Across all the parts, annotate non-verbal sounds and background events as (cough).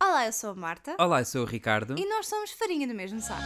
Olá, eu sou a Marta Olá, eu sou o Ricardo. e nós somos farinha do mesmo saco.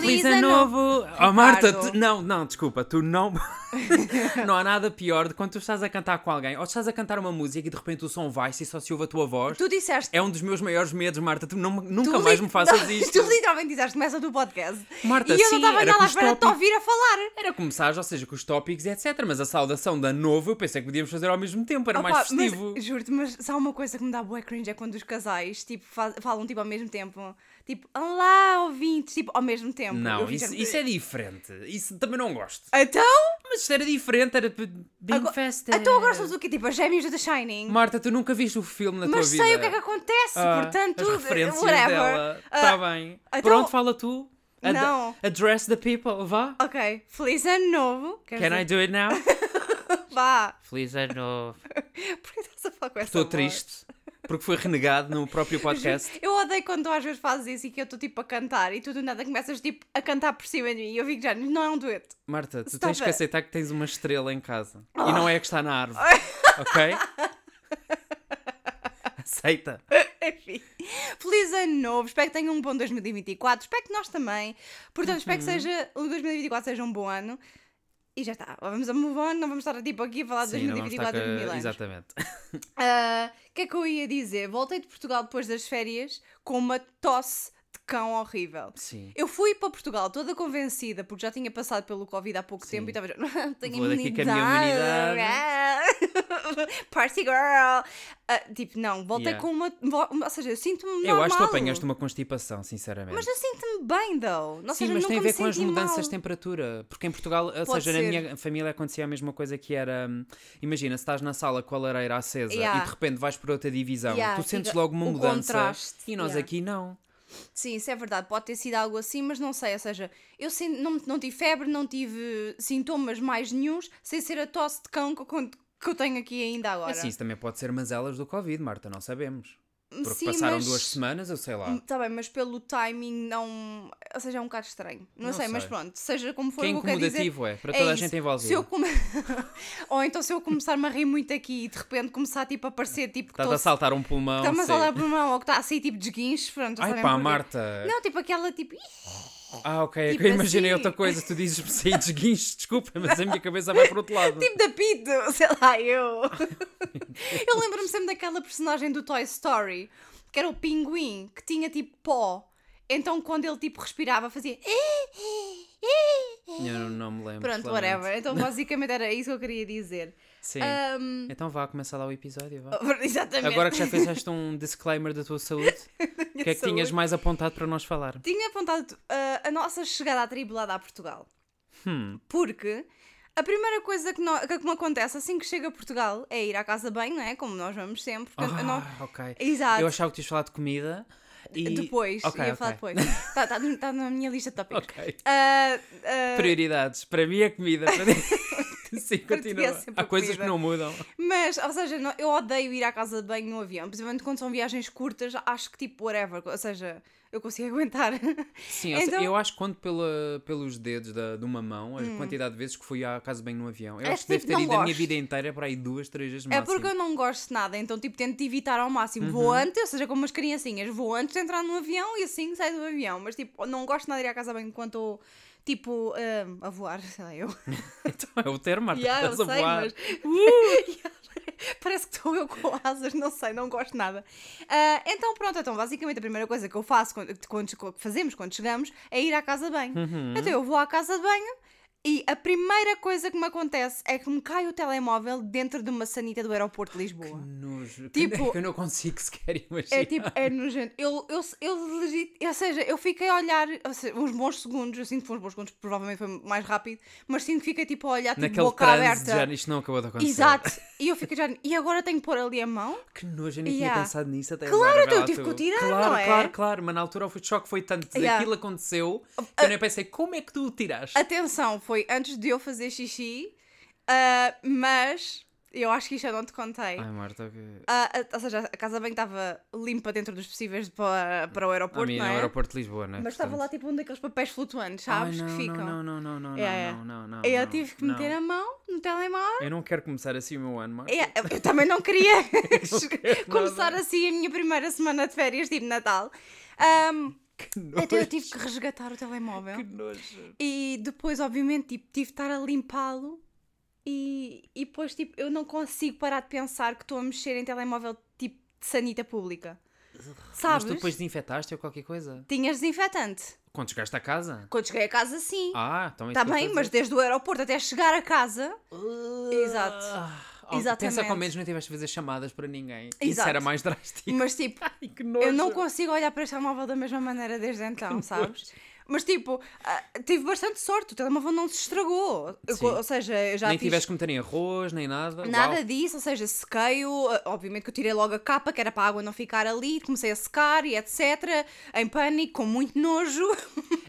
Feliz ano novo! Oh, Marta, tu- não, não, desculpa, tu não. (laughs) não há nada pior de quando tu estás a cantar com alguém ou estás a cantar uma música e de repente o som vai-se e só se ouve a tua voz. Tu disseste. É um dos meus maiores medos, Marta. Tu não- nunca tu mais li- me faças não, isto. (laughs) Tu literalmente disseste, começa o teu podcast. Marta, e eu sim, não estava era nada com à os espera de te tópicos. ouvir a falar. Era começar, ou seja, com os tópicos e etc. Mas a saudação da novo eu pensei que podíamos fazer ao mesmo tempo, era mais Opa, mas festivo. Juro-te, mas só uma coisa que me dá boa cringe é quando os casais tipo, fa- falam tipo ao mesmo tempo. Tipo, olá, ouvintes, tipo, ao mesmo tempo. Não, Eu fiz isso, sempre- isso é diferente. Isso também não gosto. Ah, Então? Mas isto era diferente, era p- being Agora- festive. Então agora somos o quê? Tipo, as gêmeas do The Shining. Marta, tu nunca viste o filme na mas tua vida. sei o que é que acontece, Ah, portanto, as referências whatever. dela. Ah, Está bem. então- Pronto, fala tu. Ad- Não. Address the people, vá. ok, feliz ano novo. Quer Can I dizer, do it now? (laughs) Vá. Feliz ano novo. Porquê estás a falar com essa (laughs) Estou voz? triste porque foi renegado no próprio podcast. Eu odeio quando tu às vezes fazes isso e que eu estou tipo a cantar e tu do nada começas tipo a cantar por cima de mim e eu fico já, não é um dueto. Marta, tu Stop tens que it. aceitar que tens uma estrela em casa e Oh. não é a que está na árvore. (laughs) ok? Aceita. (laughs) Enfim, feliz ano novo, espero que tenham um bom 2024, espero que nós também. Portanto, espero Uhum. que seja, o 2024 seja um bom ano. E já está, vamos a move on, não vamos estar tipo aqui a falar de Sim, não vamos estar 2024 e mil com... anos. Exatamente. Ah, O que é que eu ia dizer? Voltei de Portugal depois das férias com uma tosse de cão horrível. Sim. Eu fui para Portugal toda convencida, porque já tinha passado pelo Covid há pouco tempo e estava já, (laughs) tenho Vou daqui com a minha imunidade." (laughs) Party girl. Ah, tipo, não, voltei Yeah. com uma, vo- uma- Ou seja, eu sinto-me normal. Eu acho que tu apanhaste uma constipação, sinceramente. Mas eu sinto-me bem, though. Não, ou Sim, seja, mas nunca tem a me ver com as senti mudanças de mal. temperatura. Porque em Portugal, ou Pode seja, na ser. minha família acontecia a mesma coisa que era. hum, Imagina, se estás na sala com a lareira acesa Yeah. e de repente vais para outra divisão, Yeah, tu sentes fica logo uma o mudança. contraste, E nós yeah. aqui não. Sim, isso é verdade. Pode ter sido algo assim, mas não sei. Ou seja, eu sin- não, não tive febre, não tive sintomas mais nenhuns, sem ser a tosse de cão que eu, con- que eu tenho aqui ainda agora. Assim, isso também pode ser mazelas do Covid, Marta, não sabemos. Porque Sim, passaram mas- duas semanas, eu sei lá. Está Hum, tá bem, mas pelo timing não. Ou seja, é um bocado estranho. Não, Não sei, mas sei. pronto, seja como for, que é o que eu quero dizer. incomodativo, é, para toda a isso. gente Se envolvida. eu come- (laughs) Ou então se eu começar-me a rir muito aqui e de repente começar tipo, a aparecer tipo que Estás a saltar um pulmão. está a sim. salar por mão ou que está assim tipo desguinche, pronto, já Ai sabem pá, porquê. Marta. Não, tipo aquela tipo. "Ih, Ah, ok. Tipo eu imaginei assim. outra coisa. Tu dizes-me sair de esguincho, desculpa, mas a minha cabeça vai para o (laughs) outro lado. Tipo da Pito, sei lá, (laughs) eu. eu lembro-me sempre daquela personagem do Toy Story, que era o pinguim, que tinha tipo pó. Então quando ele tipo respirava, fazia. Eu não, não me lembro. Tipo Pronto, lamento. whatever. (laughs) Então basicamente era isso que eu queria dizer. (laughs) Sim. Ahm, Então vá, começa lá o episódio. Vá. exatamente. Agora que já (laughs) fizeste um disclaimer da tua saúde, o que é que saúde. tinhas mais apontado para nós falar? Tinha apontado ah, a nossa chegada atribulada a Portugal. Hum. Porque a primeira coisa que, nó- que me acontece assim que chego a Portugal é ir à casa bem, não é? Como nós vamos sempre. porque eu não- Ah, ok. Exato. Eu achava que tinhas falado de comida e. Depois, Ok, ia falar ok. depois. (laughs) Tá, Está na minha lista de tópicos. Ok. Ah, ah, Prioridades. Para mim é comida. Para... (laughs) Sim, Para ti é continua. sempre Há coisas comida. que não mudam. mas, ou seja, não- eu odeio ir à casa de banho no avião, principalmente quando são viagens curtas, acho que tipo, whatever, ou seja, eu consigo (laughs) aguentar. Sim, ou seja, Então- Hum. eu acho que conto pela, pelos dedos da, de uma mão a quantidade de vezes que fui à casa bem no avião. Eu É acho que devo tipo, ter não ido a minha gosto. vida inteira para aí duas, três vezes É máximo. porque eu não gosto de nada, então tipo, tento evitar ao máximo. Vou antes, ou seja, como umas criancinhas, vou antes de entrar no avião e assim saio do avião, mas tipo, não gosto de nada de ir à casa de banho enquanto estou, tipo, ah, a voar, (laughs) sei lá, eu. (laughs) Então é o termo, Marta, Yeah, eu estás a sei, voar. mas. (laughs) Parece que estou eu com asas, não sei, não gosto nada. Ah, então, pronto, então, basicamente a primeira coisa que eu faço, quando, quando- que fazemos quando chegamos, é ir à casa de banho. Então, eu vou à casa de banho e a primeira coisa que me acontece é que me cai o telemóvel dentro de uma sanita do aeroporto de Lisboa. Nojo. Tipo- Tipo, (laughs) que eu não consigo sequer imaginar. É tipo, é nojento. Eu, eu, eu, legit- ou seja, eu fiquei a olhar ou seja, uns bons segundos, eu sinto que foram uns bons segundos, provavelmente foi mais rápido, mas sinto que fiquei tipo a olhar, tipo, Naquele boca transe aberta. de já, isto não acabou de acontecer. Exato. E eu fico já. E agora tenho que pôr ali a mão? Que nojo, eu nem Yeah. tinha pensado nisso até Claro, agora. então eu vá tive tu. que o tirar, Claro, não é? claro, claro. Mas na altura o choque foi tanto de Yeah. aquilo aconteceu que eu nem pensei, como é que tu o tiraste? Atenção, foi antes de eu fazer xixi, ah, mas Eu acho que isto eu não te contei. Ai, Marta, que... Ah, ah, ou seja, a casa bem estava limpa dentro dos possíveis para, para o A aeroporto, mim, não é o é? aeroporto de Lisboa, né? Mas estava lá tipo um daqueles papéis flutuantes, sabes? não, que ficam. Não, não, não, não, não, É, é. não, não, não. eu não, tive que não. meter a mão no telemóvel. Eu não quero começar assim o meu ano, Marta. É, eu- eu também não (laughs) (laughs) queria quero começar nada. assim a minha primeira semana de férias, tipo Natal. Ahm, até eu tive que resgatar o telemóvel. Que nojo. E depois, obviamente, tipo, tive de estar a limpá-lo e, e depois, tipo, eu não consigo parar de pensar que estou a mexer em telemóvel, tipo, de sanita pública. Mas Sabes? tu depois desinfetaste ou qualquer coisa? Tinhas desinfetante. Quando chegaste à casa? Quando cheguei a casa, sim. Ah, então é isso Está que eu bem, estou a mas dizer. desde o aeroporto até chegar a casa. Exato. Ah, Exatamente. Pensa que ao menos não tiveste de fazer chamadas para ninguém. Isso Exato. era mais drástico. Mas, tipo, (laughs) Ai, que nojo. eu não consigo olhar para este telemóvel da mesma maneira desde (laughs) então, sabes? Mas, tipo, ah, tive bastante sorte. O telemóvel não se estragou. Eu co- Sim. ou seja, eu já Nem fiz tiveste que meter em arroz, nem nada. Nada Uau. disso, ou seja, sequei-o, eh, obviamente que eu tirei logo a capa, que era para a água não ficar ali, comecei a secar e etc, em pânico, com muito (laughs) nojo.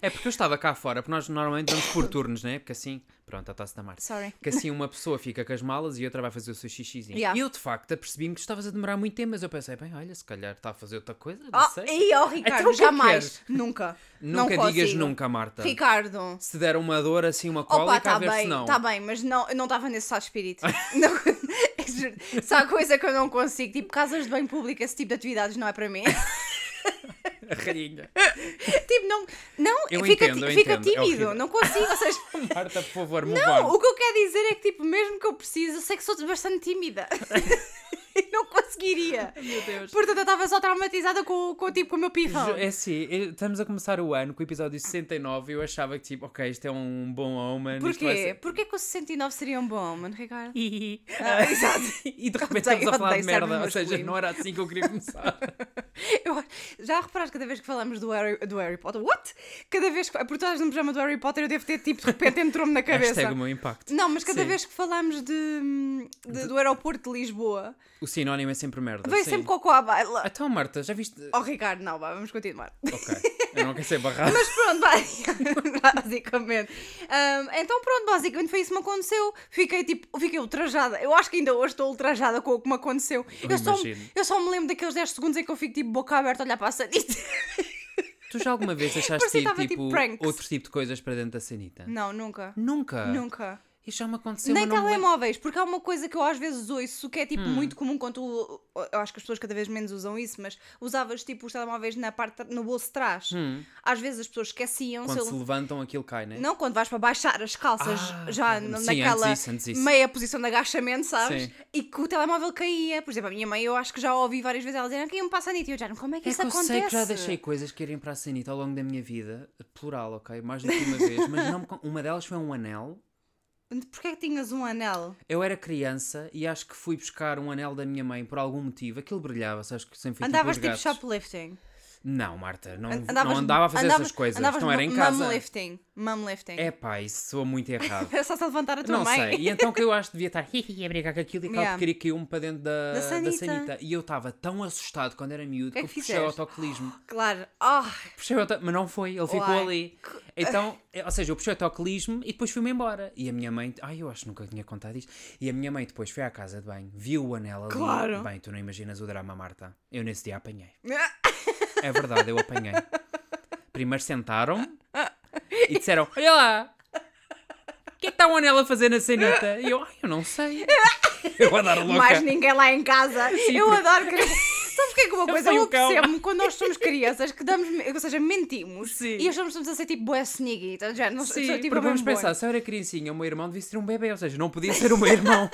É porque eu estava cá fora, porque nós normalmente vamos por turnos, né? Porque assim, pronto, a tosse da Marta. Sorry. Que assim uma pessoa fica com as malas e outra vai fazer o seu xixizinho. Yeah. E eu de facto apercebi-me que estavas a demorar muito tempo, mas eu pensei, bem, olha, se calhar está a fazer outra coisa, não Oh, sei. e oh, Ricardo, Ah, Então o que é que jamais, queres? nunca, não Nunca digas consigo. nunca, Marta. Ricardo, Se der uma dor assim, uma cólica, opa, está a ver se bem, tá não. (laughs) está bem, mas não, eu não estava nesse estado de espírito. (laughs) não, é juro, se há coisa que eu não consigo, tipo, casas de bem público, esse tipo de atividades não é para mim. (laughs) Rainha. tipo, não, não Eu fica, entendo, eu fica entendo, é tímido, horrível. não consigo, ou (laughs) seja... Marta, por favor, Não, move o que eu quero dizer é que, tipo, mesmo que eu precise, eu sei que sou bastante tímida. (laughs) e não conseguiria. Meu Deus. Portanto, eu estava só traumatizada com, o- com, o tipo, com o meu pirrão. É assim, eu- estamos a começar o ano com o episódio 69 e eu achava que tipo, ok, isto é um bom omen. isto vai Porquê? ser- (laughs) Porquê que o 69 seria um bom homem, Ricardo? (laughs) Ah, exato. E de repente Odeio- estamos a falar de odeio cérebro merda, ou seja, masculino. não era assim que eu queria começar. Eu acho- já reparaste cada vez que falamos do Harry, do Harry Potter? What? Cada vez que. Por trás de um programa do Harry Potter, eu devo ter, tipo, de repente entrou-me na (laughs) cabeça. Hashtag o meu impacto. Não, mas cada Sim. vez que falamos de, de- do aeroporto de Lisboa, O sinónimo é sempre merda. veio sim. sempre cocô à baila. Então, Marta, já viste. Oh, Ricardo, não, vá, vamos continuar. (laughs) Ok. Eu não quero ser barrado. Mas pronto, ba- (laughs) basicamente. Ahm, então pronto, basicamente foi isso que me aconteceu. Fiquei tipo, fiquei ultrajada. Eu acho que ainda hoje estou ultrajada com o que me aconteceu. Eu Eu só, imagino. eu só me lembro daqueles 10 segundos em que eu fico tipo boca aberta a olhar para a sanita. (laughs) Tu já alguma vez achaste Parecia ir, que tava, tipo, tipo, pranks. outro tipo de coisas para dentro da sanita? Não, nunca. Nunca. Nunca. Isto já me aconteceu, Nem mas não me lembro. Hum. telemóveis, porque há uma coisa que eu às vezes ouço que é tipo muito comum quando tu- eu acho que as pessoas cada vez menos usam isso, mas usavas tipo os telemóveis na parte no bolso de trás. Às vezes as pessoas esqueciam Hum. Quando se levantam, aquilo cai, né? Não, quando vais para baixar as calças, Ah, já sim, n- antes naquela isso, antes isso. meia posição de agachamento, sabes? Sim. E que o telemóvel caía. Por exemplo, a minha mãe, eu acho que já ouvi várias vezes ela dizer, não, caiu um passanito. E eu já, "Não, como é que É isso que eu acontece? sei que já deixei coisas que irem para a sanita ao longo da minha vida, plural, ok? Mais do que uma vez, mas não me con- uma delas foi um anel. Porquê que tinhas um anel? Eu era criança e acho que fui buscar um anel da minha mãe por algum motivo. Aquilo brilhava, sabes que sempre Andavas tipo tipo os gatos. shoplifting. Não, Marta, não, An- não andava a fazer andavas- essas coisas. Andavas Não era em mu- casa. Mumlifting. Mumlifting. É pá, isso soa (laughs) muito errado. Era só se levantar a tua não mãe. sei. E então que eu acho que devia estar (laughs) hihi a brincar com aquilo e aquela Yeah. porcaria caiu-me para dentro da, Da da sanita. sanita. E eu estava tão assustado quando era miúdo Que é que, que eu puxei o fizeste? autocolismo. (laughs) Claro. Ah, Puxei o auto- Então, Mas não foi, ele ficou Uai. ali. Então, é- ou seja, eu puxei o autocolismo e depois fui-me embora. E a minha mãe, ai eu acho que nunca tinha contado isto. E a minha mãe depois foi à casa de banho, viu o anel ali. Claro. Bem, tu não imaginas o drama, Marta. Eu nesse dia apanhei. É verdade, eu (laughs) apanhei. Primeiro sentaram (laughs) e disseram: Olha lá, o que é que está o anel a fazer na sanita? E eu, ai, eu (laughs) não sei. Eu a dar louca. mais ninguém lá em (laughs) casa. eu porque- adoro que. Sabe porquê que (laughs) uma coisa? fui Eu o cão. percebo quando nós (laughs) somos crianças que damos, ou seja, mentimos Sim. e achamos que estamos a ser tipo boé sneaky. Então, já, não Sim, sou, tipo, porque vamos mesmo boa. pensar: se eu era criancinha, o meu irmão devia ser um bebê, ou seja, não podia ser o meu (laughs) irmão.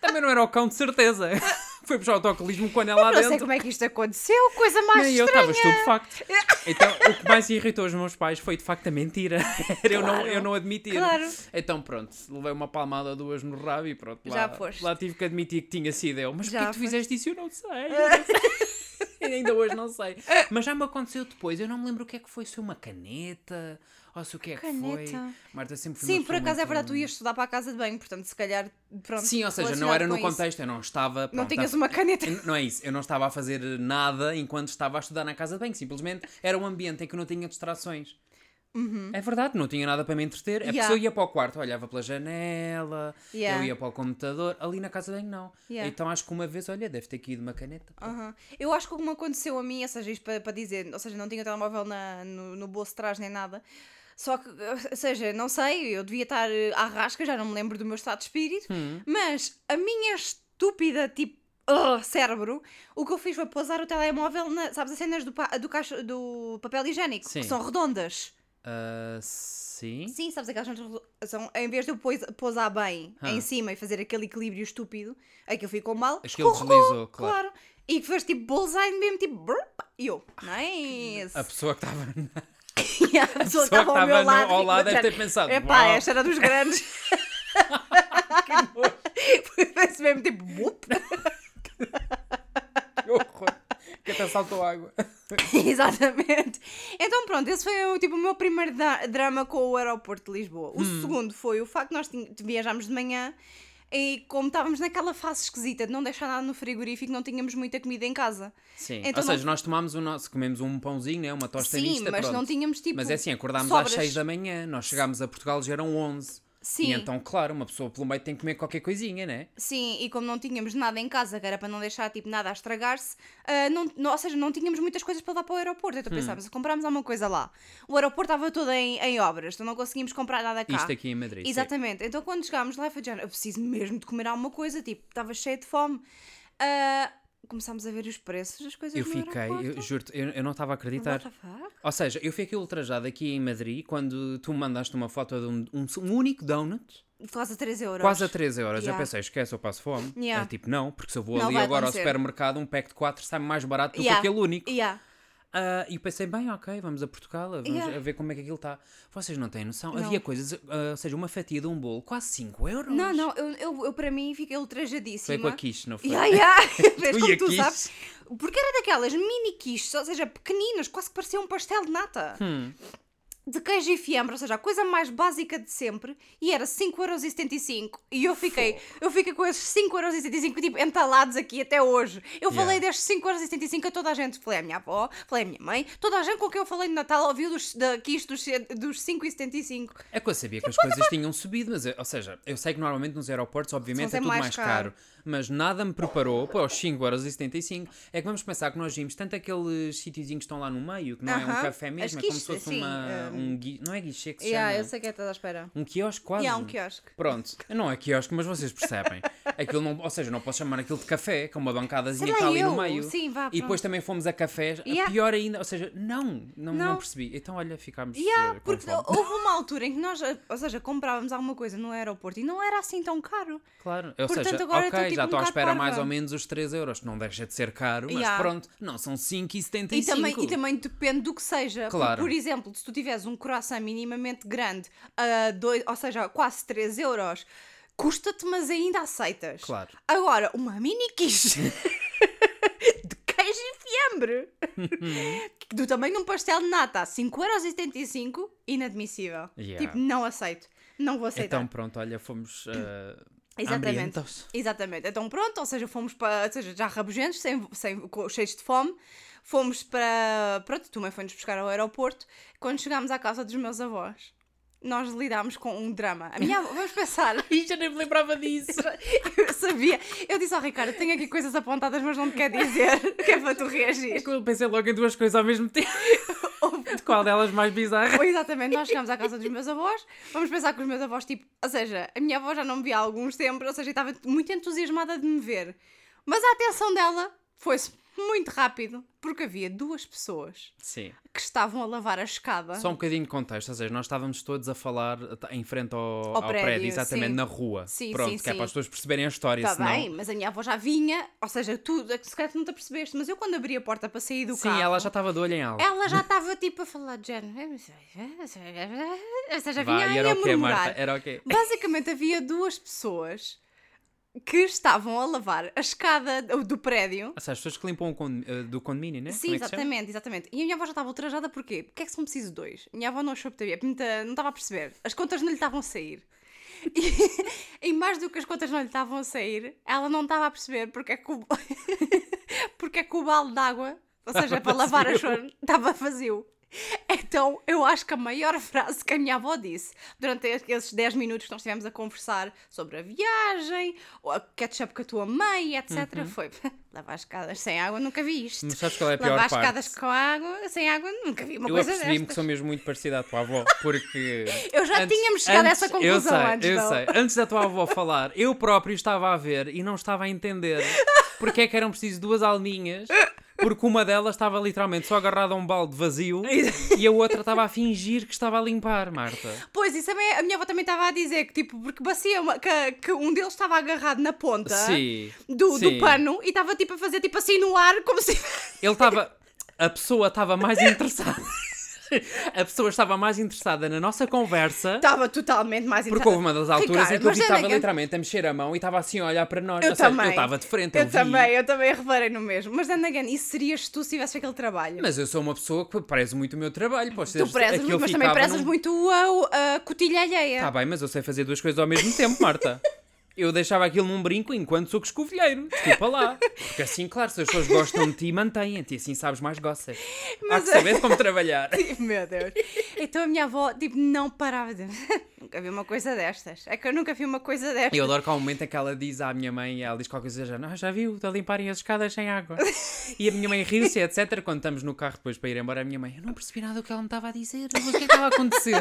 Também não era o cão, de certeza. (laughs) Foi puxar o autocolismo com o anel lá Não sei tá dentro. como é que isto aconteceu, coisa mais Nem eu estranha. estava (laughs) estupefacto. Então, o que mais irritou os meus pais foi de facto a mentira. (laughs) Era eu, não, Claro. eu não admitir. Claro. Então, pronto, levei uma palmada ou duas no rabo e pronto. Lá, Já foste. lá tive que admitir que tinha sido eu. Mas Já porquê que tu foste. fizeste isso? Eu não (laughs) sei. eu não sei. Ainda hoje não sei. Mas já me aconteceu depois. Eu não me lembro o que é que foi. Se foi uma caneta ou se o que é que foi. Caneta. Marta sempre foi Sim, por acaso é verdade, tu ias estudar para a casa de banho, portanto, se calhar, pronto. Sim, ou seja, não relacionado era no com isso. contexto. Eu não estava. Não pronto, tinhas tá- uma caneta. eu- Não é isso, eu não estava a fazer nada enquanto estava a estudar na casa de banho, simplesmente era um ambiente em que eu não tinha distrações. É verdade, não tinha nada para me entreter. É porque Uhum. Yeah. se eu ia para o quarto, olhava pela janela, Yeah. eu ia para o computador, ali na casa de banho não. Yeah. Então acho que uma vez, olha, deve ter caído uma caneta. Aham. Eu acho que alguma aconteceu a mim, ou seja, isto para, para dizer, ou seja, não tinha o telemóvel na, no, no bolso de trás nem nada. Só que, ou seja, não sei, eu devia estar eh, à rasca, já não me lembro do meu estado de espírito, Hum. mas a minha estúpida, tipo, ugh, cérebro, o que eu fiz foi pousar o telemóvel, na, sabes, as cenas do, pa- do, caixa, do papel higiênico, Sim. que são redondas. Ah, sim. Sim, sabes aquelas cenas que são, em vez de eu pois- pousar bem Hã. em cima e fazer aquele equilíbrio estúpido, é aquilo ficou mal, Aquilo escorregou, deslizou, claro. claro. E que fez tipo bullseye mesmo, tipo, brrr, pá, e eu, nice. A pessoa que estava (laughs) na- (laughs) E a pessoa que pessoa que estava ao meu estava no- lado. ao lado deve ficou ter pensado, Epá, "Uau." esta era dos grandes. (laughs) (laughs) Fez mesmo tipo, bup. Que horror! Que até saltou água. (laughs) Exatamente. Então pronto, esse foi o, tipo, o meu primeiro da- drama com o aeroporto de Lisboa. O Hum. segundo foi o facto de nós tin- viajámos de manhã e como estávamos naquela fase esquisita de não deixar nada no frigorífico, não tínhamos muita comida em casa. Sim. Então Ou seja, nós tomámos o nosso, comemos um pãozinho, né? uma tosta Sim, mista, mas pronto. não tínhamos tipo Mas é assim, acordámos sobras. às 6 da manhã, nós chegámos a Portugal já eram 11. Sim. E então, claro, uma pessoa pelo meio tem que comer qualquer coisinha, né? Sim, e como não tínhamos nada em casa, que era para não deixar tipo, nada a estragar-se, ah, não, não- ou seja, não tínhamos muitas coisas para levar para o aeroporto. Hum. Então pensámos, comprámos alguma coisa lá. O aeroporto estava todo em, em obras, então não conseguimos comprar nada cá. Isto aqui em Madrid. sim. Exatamente. Então quando chegámos lá, foi de género, eu preciso mesmo de comer alguma coisa, tipo, estava cheia de fome. Ah, começámos a ver os preços das coisas Eu no fiquei, eu tá aeroporto. juro-te, eu, eu não estava a acreditar. What the fuck? Ou seja, eu fiquei ultrajado aqui em Madrid quando tu me mandaste uma foto de um, um- um único donut, Quase a 3 euros. quase a 3 euros. Eu Yeah. pensei, esquece, eu passo fome. Yeah. É tipo, não, porque se eu vou Não ali vai agora acontecer. ao supermercado, um pack de 4 sai mais barato do Yeah. que aquele único. Yeah. Ah, e pensei, bem, ok, vamos a Portugal, vamos Yeah. a ver como é que aquilo está. Vocês não têm noção, Não. havia coisas, ah, ou seja, uma fatia de um bolo, quase 5 euros. Não, não, eu, eu, eu para mim fiquei ultrajadíssima. Foi com a quiche, não foi? Ya, ya, vês (laughs) Tu e como a tu quiche. sabes? Porque era daquelas mini quiches, ou seja, pequeninas, quase que parecia um pastel de nata. Hum. De queijo e fiambre, ou seja, a coisa mais básica de sempre, e era 5,75€. E eu fiquei, eu fiquei com esses 5,75€ tipo entalados aqui até hoje. Eu Yeah. falei destes 5,75€ a toda a gente. Falei à minha avó, falei à minha mãe, toda a gente com quem eu falei no Natal ouviu dos, da quiche dos, cen- dos 5,75€. É que eu sabia que as coisas tinham subido, mas, eu- ou seja, eu sei que normalmente nos aeroportos, obviamente, São é tudo sempre mais mais, caro. mas nada me preparou para os 5,75€. É que vamos pensar que nós vimos tanto aqueles sítiozinhos que estão lá no meio, que não é um Aham, café mesmo, as é como quiches, se fosse sim, uma, um- um gui- não é guichê que se Yeah, eu chama? sei que é toda à espera. Um quiosque E quase. há um quiosque. (laughs) Pronto, não é quiosque, mas vocês percebem. Aquilo não, ou seja, não posso chamar aquilo de café, que é uma Sei bancadazinha que está lá, ali no eu. meio. Sim, vá, e depois também fomos a cafés, Yeah. pior ainda, ou seja, não, não, não Não. percebi. Então, olha, ficámos Yeah, eh, com porque fome. houve uma altura em que nós, eh, ou seja, comprávamos alguma coisa no aeroporto e não era assim tão caro. Claro, ou Portanto, seja, agora ok, estou, tipo, já um estou à bocado espera parva. mais ou menos os 3 euros, que não deixa de ser caro, mas Yeah. pronto, não, são 5,75. E também, e também depende do que seja. Porque, Claro. por exemplo, se tu tiveres um croissant minimamente grande, a dois, ou seja, quase 3 euros, custa-te, mas ainda aceitas. Claro. Agora, uma mini quiche (laughs) de queijo e fiambre Uhum. do tamanho de um pastel de nata a 5,75€, inadmissível. Yeah. Tipo, não aceito. Não vou aceitar. Então pronto, (clears throat) olha, fomos uh, Exatamente. (laughs) hambrientos. Exatamente. Então pronto, ou seja, fomos para, ou seja, já rabugentos, sem, sem, co- cheios de fome, fomos para, pronto, tu mãe foi-nos buscar ao aeroporto, quando chegámos à casa dos meus avós, nós lidámos com um drama. A minha avó, vamos pensar, (laughs) Ih, já nem me lembrava (laughs) disso. eu sabia, eu disse ao Ricardo, tenho aqui coisas apontadas, mas não te quero dizer, (laughs) que é para tu reagir. Eu pensei logo em duas coisas ao (laughs) mesmo tempo. De qual delas mais bizarra? Ou, Exatamente, nós chegámos à casa dos meus avós, vamos pensar que os meus avós, tipo, ou seja, a minha avó já não me via há alguns tempos, ou seja, estava muito entusiasmada de me ver. Mas a atenção dela foi-se muito rápido, porque havia duas pessoas Sim. que estavam a lavar a escada. Só um bocadinho de contexto, ou seja, nós estávamos todos a falar ta- em frente ao, ao prédio, prédio, exatamente sim. na rua. Sim, Pronto, sim, que é sim. para as pessoas perceberem a história, Está senão. bem, mas a minha avó já vinha, ou seja, tu, se calhar tu não te apercebeste, mas eu quando abri a porta para sair do Sim, um carro... ela já estava de olho em algo. Ela já estava tipo a falar de género. Ou seja, Vá, vinha e aí era a o quê, Marta? murmurar. Era o quê? Basicamente havia duas pessoas que estavam a lavar a escada do do prédio. Ou seja, as pessoas que limpam o condi- eh, do condomínio, né? Sim, Como é que se chama? exatamente, exatamente. E a minha avó já estava ultrajada porquê? Porque é que são preciso dois? Minha avó não achou que havia- não estava a perceber. As contas não lhe estavam a sair. E, (laughs) e mais do que as contas não lhe estavam a sair, ela não estava a perceber porque é que o, (laughs) porque é que o balde de água, ou seja, para lavar a chorro, estava vazio. Então, eu acho que a maior frase que a minha avó disse durante esses 10 minutos que nós estivemos a conversar sobre a viagem, ou a ketchup com a tua mãe, etc., Uhum. foi: (laughs) lava as escadas sem água, nunca vi isto. Mas sabes qual é a Lavar pior as escadas parte? com água, sem água, nunca vi uma Eu coisa apercebi-me desta. que sou mesmo muito parecida à tua avó, porque. Eu (laughs) já tínhamos chegado a essa eu conclusão sei, antes, Eu não? sei, antes da tua avó falar, eu próprio estava a ver e não estava a entender porque é que eram preciso duas alminhas, porque uma delas estava literalmente só agarrada a um balde vazio (laughs) e a outra estava a fingir que estava a limpar, Marta. Pois, isso também, a minha avó também estava a dizer que, tipo, porque bacia uma- que, que um deles estava agarrado na ponta Sim. Tá. Do, sim. do pano e estava, tipo, a fazer, tipo, assim no ar, como se... (laughs) Ele estava. A pessoa estava mais interessada. A pessoa estava mais interessada na nossa conversa. Estava totalmente mais Porque houve uma das alturas Tá, em Ricardo, que eu mas vi é estava daquele- literalmente a mexer a mão e estava assim a olhar para nós. Eu Ou seja, também. eu estava de frente, eu, Eu vi. também, eu também reparei no mesmo. Mas, Dana Gana, isso serias tu se tivesse aquele trabalho. Mas eu sou uma pessoa que prezo muito o meu trabalho. Posso tu prezas muito, mas também prezas muito a, a cotilha alheia. Está Tá bem, mas eu sei fazer duas coisas ao mesmo tempo, Marta. (laughs) Eu deixava aquilo num brinco enquanto sou escovilheiro. Desculpa lá. Porque assim, claro, se as pessoas gostam de ti, mantêm-te. E assim sabes mais gossas. Há Mas que é- saber como trabalhar. (laughs) Meu Deus. Então a minha avó, tipo, não parava de... (laughs) nunca vi uma coisa destas. É que eu nunca vi uma coisa destas. (laughs) E eu adoro que há um momento em que ela diz à minha mãe, ela diz qualquer coisa, já, não, já viu, de limparem as escadas sem água. E a minha mãe riu-se, etc. Quando estamos no carro depois para ir embora, a minha mãe, eu não percebi nada do que ela me estava a dizer, mas o que é que estava a acontecer?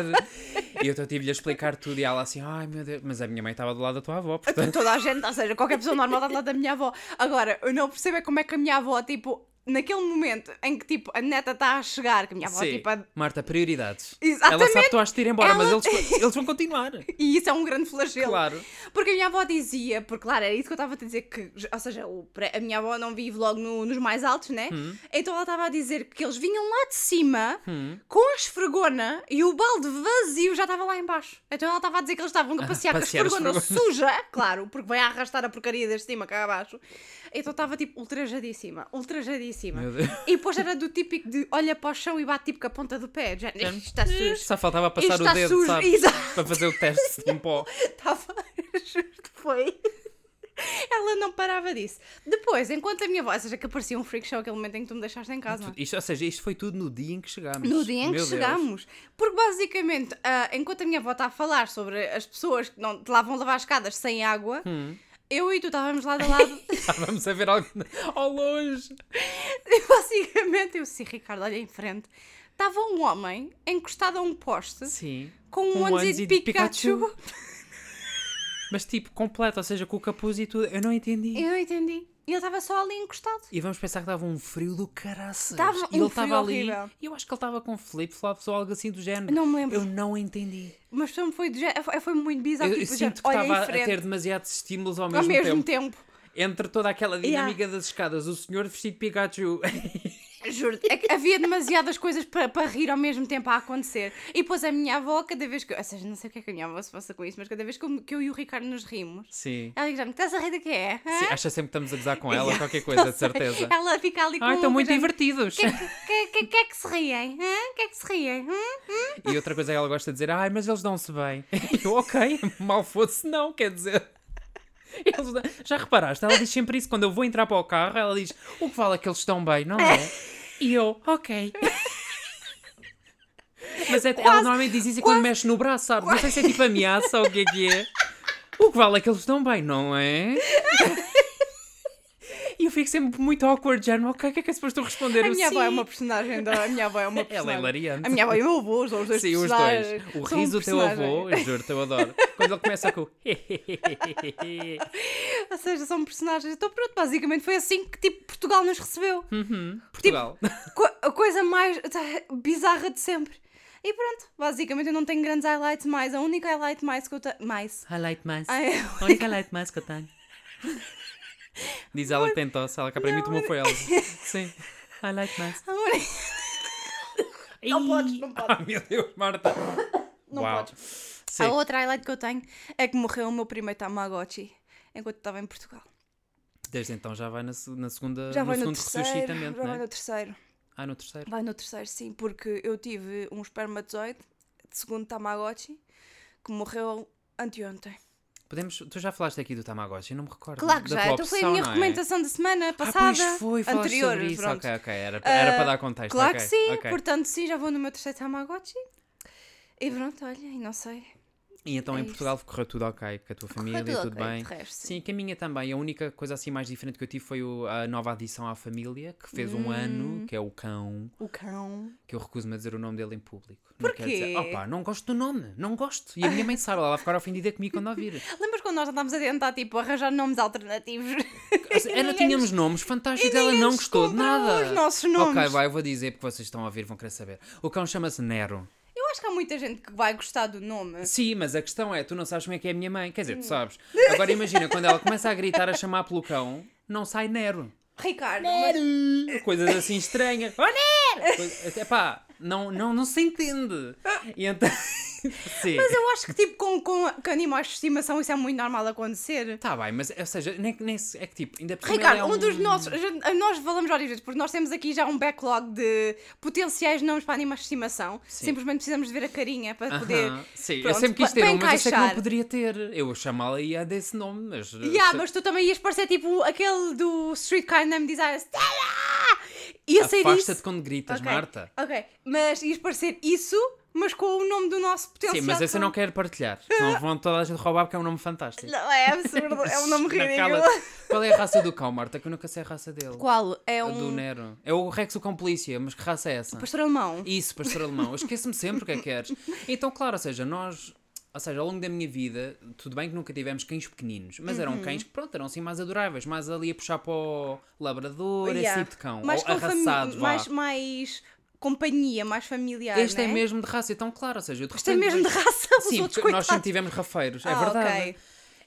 E eu então tive-lhe a explicar tudo e ela assim, ai meu Deus, mas a minha mãe estava do lado da tua avó, portanto. Toda a gente, ou seja, qualquer pessoa normal está do lado da minha avó. Agora, eu não percebo é como é que a minha avó, tipo, naquele momento em que, tipo, a neta está a chegar, que a minha avó, Sim. tipo, a- Marta, prioridades. Ela sabe Exatamente. que tu has de ir embora, mas Ela- eles, eles vão continuar. E isso é um grande flagelo. Claro. Porque a minha avó dizia, porque claro, era isso que eu estava a dizer, que, ou seja, o pre- a minha avó não vive logo no- nos mais altos, né? Então ela estava a dizer que eles vinham lá de cima com a esfregona e o balde vazio já estava lá embaixo. Então ela estava a dizer que eles estavam a passear com a passear a esfregona suja, (laughs) claro, porque vai arrastar a porcaria desde cima cá abaixo. Então estava tipo ultrajadíssima, ultrajadíssima. Meu Deus. E depois era do típico de olha para o chão e bate tipo com a ponta do pé. Já, isto está sujo. Só faltava passar Isto o está dedo, sujo, sabes? exato. Para fazer o teste de um pó. (laughs) Estava. Justo foi. Ela não parava disso. Depois, enquanto a minha voz, ou seja, que parecia um freak show aquele momento em que tu me deixaste em casa. Isto, ou seja, isto foi tudo no dia em que chegámos. No dia em Meu que Deus. chegámos. Porque basicamente, ah, enquanto a minha avó está a falar sobre as pessoas que não te lá vão lavar as escadas sem água, eu e tu estávamos lado a (laughs) lado. (laughs) Estávamos a ver algo ao longe. e basicamente, eu sim, Ricardo, olha em frente. Estava um homem encostado a um poste Sim. com um onesie de Pikachu. Mas tipo, completo, ou seja, com o capuz e tudo. Eu não entendi. Eu não entendi. E ele estava só ali encostado. E vamos pensar que estava um frio do caraças. Estava e um ele frio estava ali. horrível. E eu acho que ele estava com flip-flops ou algo assim do género. Não me lembro. Eu não entendi. Mas foi, foi, do género- foi- foi muito Eu, bizarro. eu tipo, do género, sinto que olha estava em a frente, ter demasiados estímulos ao mesmo, ao mesmo tempo. tempo. Entre toda aquela Yeah. dinâmica das escadas, o senhor vestido de Pikachu. (laughs) Juro, é que havia demasiadas coisas para, para rir ao mesmo tempo a acontecer. E depois a minha avó, cada vez que. eu- Ou seja, não sei o que é que a minha avó se passa com isso, mas cada vez que eu, que eu e o Ricardo nos rimos, Sim. ela diz-me: estás a rir de que é? hã?" (laughs) Sim, Acha sempre que estamos a gozar com ela, Yeah. qualquer (laughs) Não coisa, de sei. certeza. Ela fica ali com Ai, estão muito divertida. divertidos. Que, que, que, que é que se riem? hã? Que é que se riem? hã?" E outra coisa que ela gosta de dizer, ai, mas eles dão-se bem. (laughs) E eu, ok, mal fosse não, quer dizer. Eles dão- Já reparaste? Ela diz sempre isso quando eu vou entrar para o carro, ela diz, o que vale é que eles estão bem, não é? E eu, ok. Mas é, ela normalmente diz isso quando mexe no braço, sabe? Não sei se é tipo ameaça ou o que é que é. O que vale é que eles estão bem, (laughs) não é? E eu fico sempre muito awkward, já não, ok, o que é que é suposto eu responder? assim?" A Eu, minha avó é "Sim." uma personagem. Da, a minha avó é (laughs) uma personagem. hilariante. A minha avó e o meu avô, os dois (laughs) Sim, os personagens, dois. O são um riso do teu personagem. avô, juro-te, eu (laughs) adoro. Quando ele começa com. o Ou seja, são personagens. Então pronto, basicamente foi assim que tipo, Portugal nos recebeu. Hum. (laughs) Portugal. Co- a coisa mais (laughs) tá, bizarra de sempre. E pronto, basicamente eu não tenho grandes highlights mais. A única highlight mais que eu tenho. Mais. Highlight mais. Ai, (laughs) A única highlight mais que eu tenho. (laughs) Diz ela que tem tosse, ela cá para mim Não, tomou foi (laughs) ela. Sim. Highlight mais. a única- Não Ih. podes, não podes. Ah, meu Deus, Marta. Não Uau. Sim. A outra highlight que eu tenho é que morreu o meu primeiro Tamagotchi enquanto estava em Portugal. Desde então já vai na, se- na segunda. Já Ah, no vai no segundo terceiro. Já ressuscitamento, vai né? no terceiro. Ah, no terceiro. Vai no terceiro, sim, porque eu tive um espermatozoide de segundo Tamagotchi que morreu anteontem. Podemos, tu já falaste aqui do Tamagotchi, eu não me recordo. Claro que da já. tua Então foi a opção, minha não é? recomendação da semana Ah, passada. pois foi, falaste anterior, sobre isso. pronto. Ok, ok, era, era Ah, para dar contexto. Claro ok, que sim, ok. portanto sim, já vou no meu terceiro Tamagotchi. E pronto, olha, e não sei. E então é em isso. Portugal correu tudo ok, com a tua família, Correu tudo ok, bem. de resto, sim. Sim, que a minha também. A única coisa assim mais diferente que eu tive foi o- a nova adição à família, que fez um Hum. ano, que é o cão, O cão. que eu recuso-me a dizer o nome dele em público. Não quero dizer, Porquê? opa, não gosto do nome, não gosto. E a minha mãe sabe, ela vai ficar ofendida comigo quando (laughs) a ouvir. Lembras quando nós andávamos a tentar, tipo, arranjar nomes alternativos? (laughs) Ou seja, Era, tínhamos nomes fantásticos, ela ninguém não nos gostou de comprou nada. os nossos Ok, nomes. vai, eu vou dizer porque vocês estão a ouvir, vão querer saber. O cão chama-se Nero. Eu acho que há muita gente que vai gostar do nome. Sim, mas a questão é, tu não sabes como é que é a minha mãe. Quer dizer, tu sabes. Agora imagina, quando ela começa a gritar, a chamar pelo cão, não sai Nero. Ricardo, mas- Coisas assim estranhas. Oh, Nero! Coisa- Epá, não, não, não se entende. E então... (laughs) Sim. mas eu acho que, tipo, com, com, com animais de estimação isso é muito normal acontecer. Tá bem, mas, ou seja, nem, nem se- é que tipo, ainda por cima ele Ricardo, é um dos nossos. a gente- a Nós falamos várias vezes, porque nós temos aqui já um backlog de potenciais nomes para animais de estimação. Sim. Simplesmente precisamos de ver a carinha para poder. um- Aham, Sim, eu Pronto, sempre quis pa- ter para um, mas eu sei que não encaixar. poderia ter. Eu chamá-la ia desse nome, mas. Ya, se- mas tu também ias parecer tipo aquele do Streetcar Name Desire. Stella! Ia ser Afasta-te isso. quando gritas, Ok, Marta. Ok, mas ias parecer isso, mas com o nome do nosso Sim, potencial. mas esse eu cão. não quero partilhar. Senão vão toda a gente roubar porque é um nome fantástico. Não, é absurdo, é um (laughs) nome Não, ridículo. cala-te. Qual é a raça do cão, Marta? Que eu nunca sei a raça dele. Qual? É A Do um Nero. É o Rex o cão polícia, mas que raça é essa? pastor alemão. Isso, pastor alemão. Eu Esqueço-me sempre o que é que queres. Então, claro, ou seja, nós. Ou seja, ao longo da minha vida, tudo bem que nunca tivemos cães pequeninos, mas Uhum. eram cães que, pronto, eram assim mais adoráveis, mais ali a puxar para o labrador, esse Ya. tipo de cão, Mais ou com fami- arraçado, vá. mais, mais companhia, mais familiar. Este é né? mesmo de raça, então, claro, ou seja, eu de Isto é repente mesmo de vejo- raça, os Sim, outros porque nós coitados. sempre tivemos rafeiros, é Ah, verdade. ok.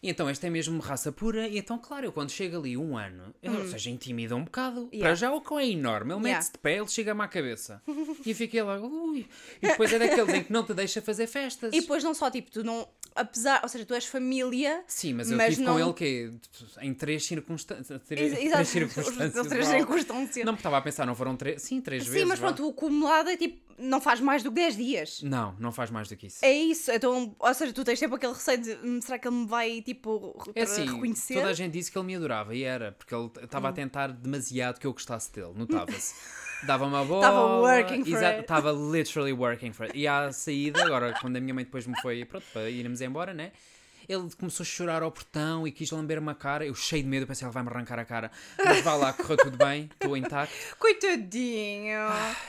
E então este é mesmo raça pura, e então, claro, eu quando chega ali um ano, eu, ou seja, intimida um bocado. Hum. Yeah. Para já o cão é enorme, ele Yeah. mete-se de pé, ele chega-me à cabeça. E eu fiquei logo, ui. E depois é daqueles em que não te deixa fazer festas. E depois não só, tipo, tu não... Apesar... Ou seja, tu és família... Sim, mas eu Mas tive com não- ele que é em três circunstâncias. Ex- Três, Exato. (laughs) três circunstâncias. Os três uau. circunstâncias. Não, porque estava a pensar, não foram três. Sim, três Sim, vezes. mas vá. pronto, o acumulado é tipo... Não faz mais do que 10 dias. Não, não faz mais do que isso. É isso. Então, ou seja, tu tens sempre aquele receio de... "Hum, Será que ele me vai, tipo, re- É assim, reconhecer? Hum. toda a gente disse que ele me adorava e era, porque ele estava a tentar demasiado que eu gostasse dele, (laughs) notava-se. Dava-me a bola. working for exa- it. Estava literally working for it. E à saída, agora, quando a minha mãe depois me foi, pronto, para irmos embora, né? Ele começou a chorar ao portão e quis lamber-me a cara. Eu cheio de medo, eu pensei, ele vai-me arrancar a cara. Mas vá lá, correu tudo bem, (laughs) estou intacto. Ah, Coitadinho.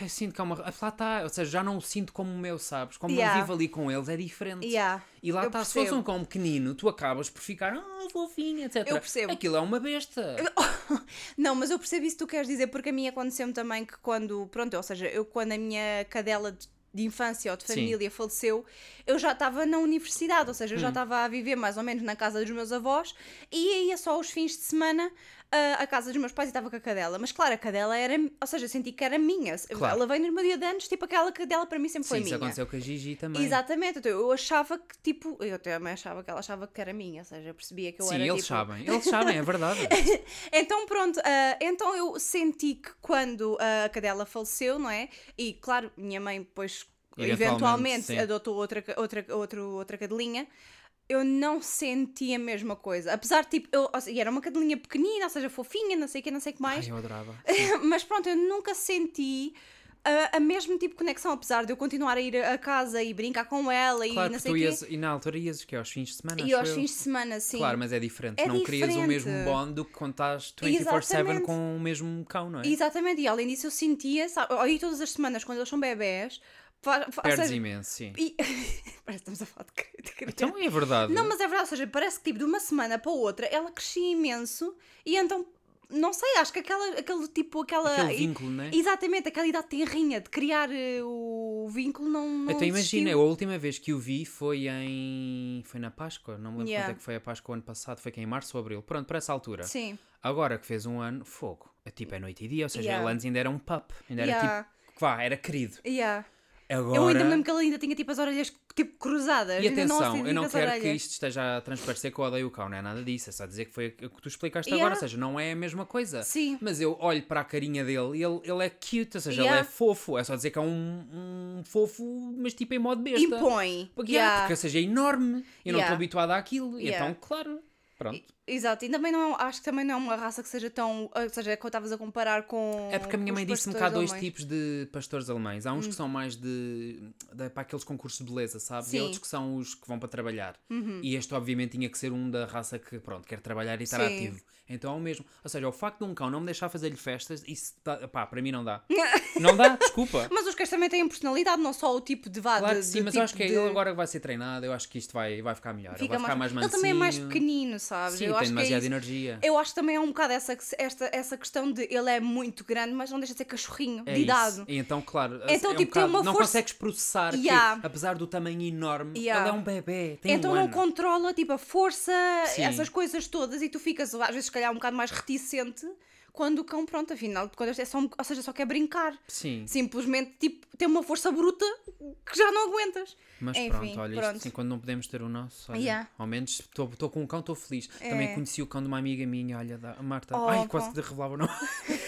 Eu sinto que há uma. Lá está, ou seja, já não o sinto como o meu, sabes? Como Yeah. eu vivo ali com eles, é diferente. Yeah, E lá eu está, se fosse percebo. um cão pequenino, tu acabas por ficar, ah, fofinho, etc. Eu percebo. Aquilo é uma besta. (laughs) Não, mas eu percebi isso que tu queres dizer, porque a mim aconteceu-me também que quando, pronto, ou seja, eu quando a minha cadela de, de infância ou de Sim. família faleceu, eu já estava na universidade, ou seja, Hum. eu já estava a viver mais ou menos na casa dos meus avós e ia só aos fins de semana ah, à casa dos meus pais e estava com a cadela. Mas claro, a cadela era, ou seja, eu senti que era minha. Claro. Ela veio no meu dia de anos, tipo aquela cadela para mim sempre Sim, foi isso minha. aconteceu com a Gigi também. Exatamente, então eu achava que tipo, eu também achava que ela achava que era minha, ou seja, eu percebia que eu Sim, era eles tipo, sabem, eles sabem, (laughs) é verdade. Então pronto, ah, então eu senti que quando ah, a cadela faleceu, não é? E claro, minha mãe depois Eventualmente, eventualmente, sim. adotou outra, ca- outra, outra, outra cadelinha. Eu não senti a mesma coisa. Apesar de tipo, eu, ou seja, era uma cadelinha pequenina, ou seja, fofinha, não sei o que, não sei o que mais. Ai, eu adorava. (laughs) Mas pronto, eu nunca senti ah, a mesmo tipo de conexão, apesar de eu continuar a ir a casa e brincar com ela e Claro não que sei o tu quê. ias, e na altura ias que aos fins de semana. E acho aos eu. fins de semana, sim. Claro, mas é diferente. É não querias o mesmo diferente. bond do que quando estás 24-7 Exatamente. com o mesmo cão, não é? Exatamente, e além disso eu sentia, sabe, aí todas as semanas quando eles são bebés, fa- fa- ou Perdes seja, imenso, sim. e- (laughs) parece que estamos a falar de cri- de criança. Então é verdade. Não, mas é verdade, ou seja, parece que tipo de uma semana para outra ela crescia imenso e então, não sei, acho que aquela, aquele tipo, aquela. Aquele vínculo, não é? Exatamente, aquela idade tenrinha de criar eh, o vínculo não. não Então imagina, existiu. eu a última vez que o vi foi em. Foi na Páscoa, não me lembro Yeah. quando é que foi a Páscoa o ano passado, foi que em março ou abril, pronto, para essa altura. Sim. Agora que fez um ano, fogo. É Tipo, é noite e dia, ou seja, Yeah. ele antes ainda era um pup, ainda era Yeah. tipo, vá, era querido. Yeah. Agora... Eu ainda me lembro que ele ainda tinha tipo as orelhas tipo cruzadas. E ainda atenção, eu acendi não as quero que orelhas. isto esteja a transparecer que eu odeio o cão, não é nada disso. É só dizer que foi o que tu explicaste Yeah. agora, ou seja, não é a mesma coisa. Sim. Mas eu olho para a carinha dele e ele, ele é cute, ou seja, Yeah. ele é fofo. É só dizer que é um, um fofo, mas tipo em modo besta. Impõe. Porque, yeah, Yeah. porque ou seja, é enorme. Eu não Yeah. estou habituada àquilo. Yeah. Então, claro. Pronto. Exato, e também não é- acho que também não é uma raça que seja tão. Ou seja, é que eu estavas a comparar com. É porque a minha com os mãe disse-me que há pastores dois alemães. Hum. tipos de pastores alemães. Há uns que são mais de, de- para aqueles concursos de beleza, sabes? Sim. E Uhum. há outros que são os que vão para trabalhar. E este, obviamente, tinha que ser um da raça que, pronto, quer trabalhar e estar Sim. ativo. Então é o mesmo. Ou seja, o facto de um cão não me deixar fazer-lhe festas, isso, dá, pá, para mim (laughs) não dá. não dá, desculpa. Mas os cães também têm personalidade, não só o tipo de vá. Claro de- que de sim, mas eu tipo acho que é, de... ele agora vai ser treinado. Eu acho que isto vai, vai ficar melhor. ele vai ficar mais, Ele também é mais mansinho. pequenino, sabes? Sim, eu tem acho que é demasiada isso. energia. Eu acho que também é um bocado essa, esta, essa questão de ele é muito grande, mas não deixa de ser cachorrinho, É de isso. idade. E então, claro, Então, é um tipo, tem bocado- uma não força- consegues processar Yeah. que, apesar do tamanho enorme, Yeah. ele é um bebê, tem Então um não ano. controla tipo a força, Sim. essas coisas todas, e tu ficas às vezes se calhar um bocado mais reticente quando o cão, pronto, afinal, quando é só, um- ou seja, só quer brincar. Sim, Simplesmente tipo tem uma força bruta que já não aguentas. mas Enfim, pronto, olha, pronto. Isto, assim, quando não podemos ter o nosso, olha, Yeah. ao menos estou com um cão, estou feliz. É. Também conheci o cão de uma amiga minha, olha, da a Marta. Oh, Ai, o quase cão. que revelava o nome. (laughs)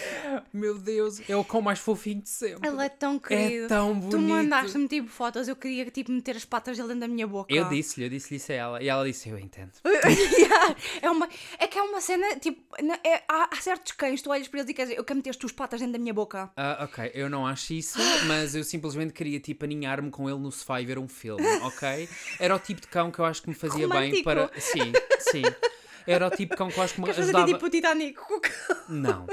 Meu Deus, é o cão mais fofinho de sempre. Ele é tão querido. É tão Tu bonito. mandaste-me tipo fotos, eu queria tipo meter as patas dele dentro da minha boca. Eu disse-lhe, eu disse-lhe isso a ela. E ela disse, eu entendo. Yeah. é, uma, é que é uma cena, tipo, na- é- há, há certos cães, tu olhas para eles e queres, eu quero meter as tuas patas dentro da minha boca. Ah, ok, eu não acho isso, mas eu simplesmente queria tipo aninhar-me com ele no sofá e ver um filme, ok? Era o tipo de cão que eu acho que me fazia Romântico. bem para. Sim, sim. Era o tipo de cão que eu acho que me Queres fazer até ajudava. tipo o Titanic (laughs) com o cão? Não.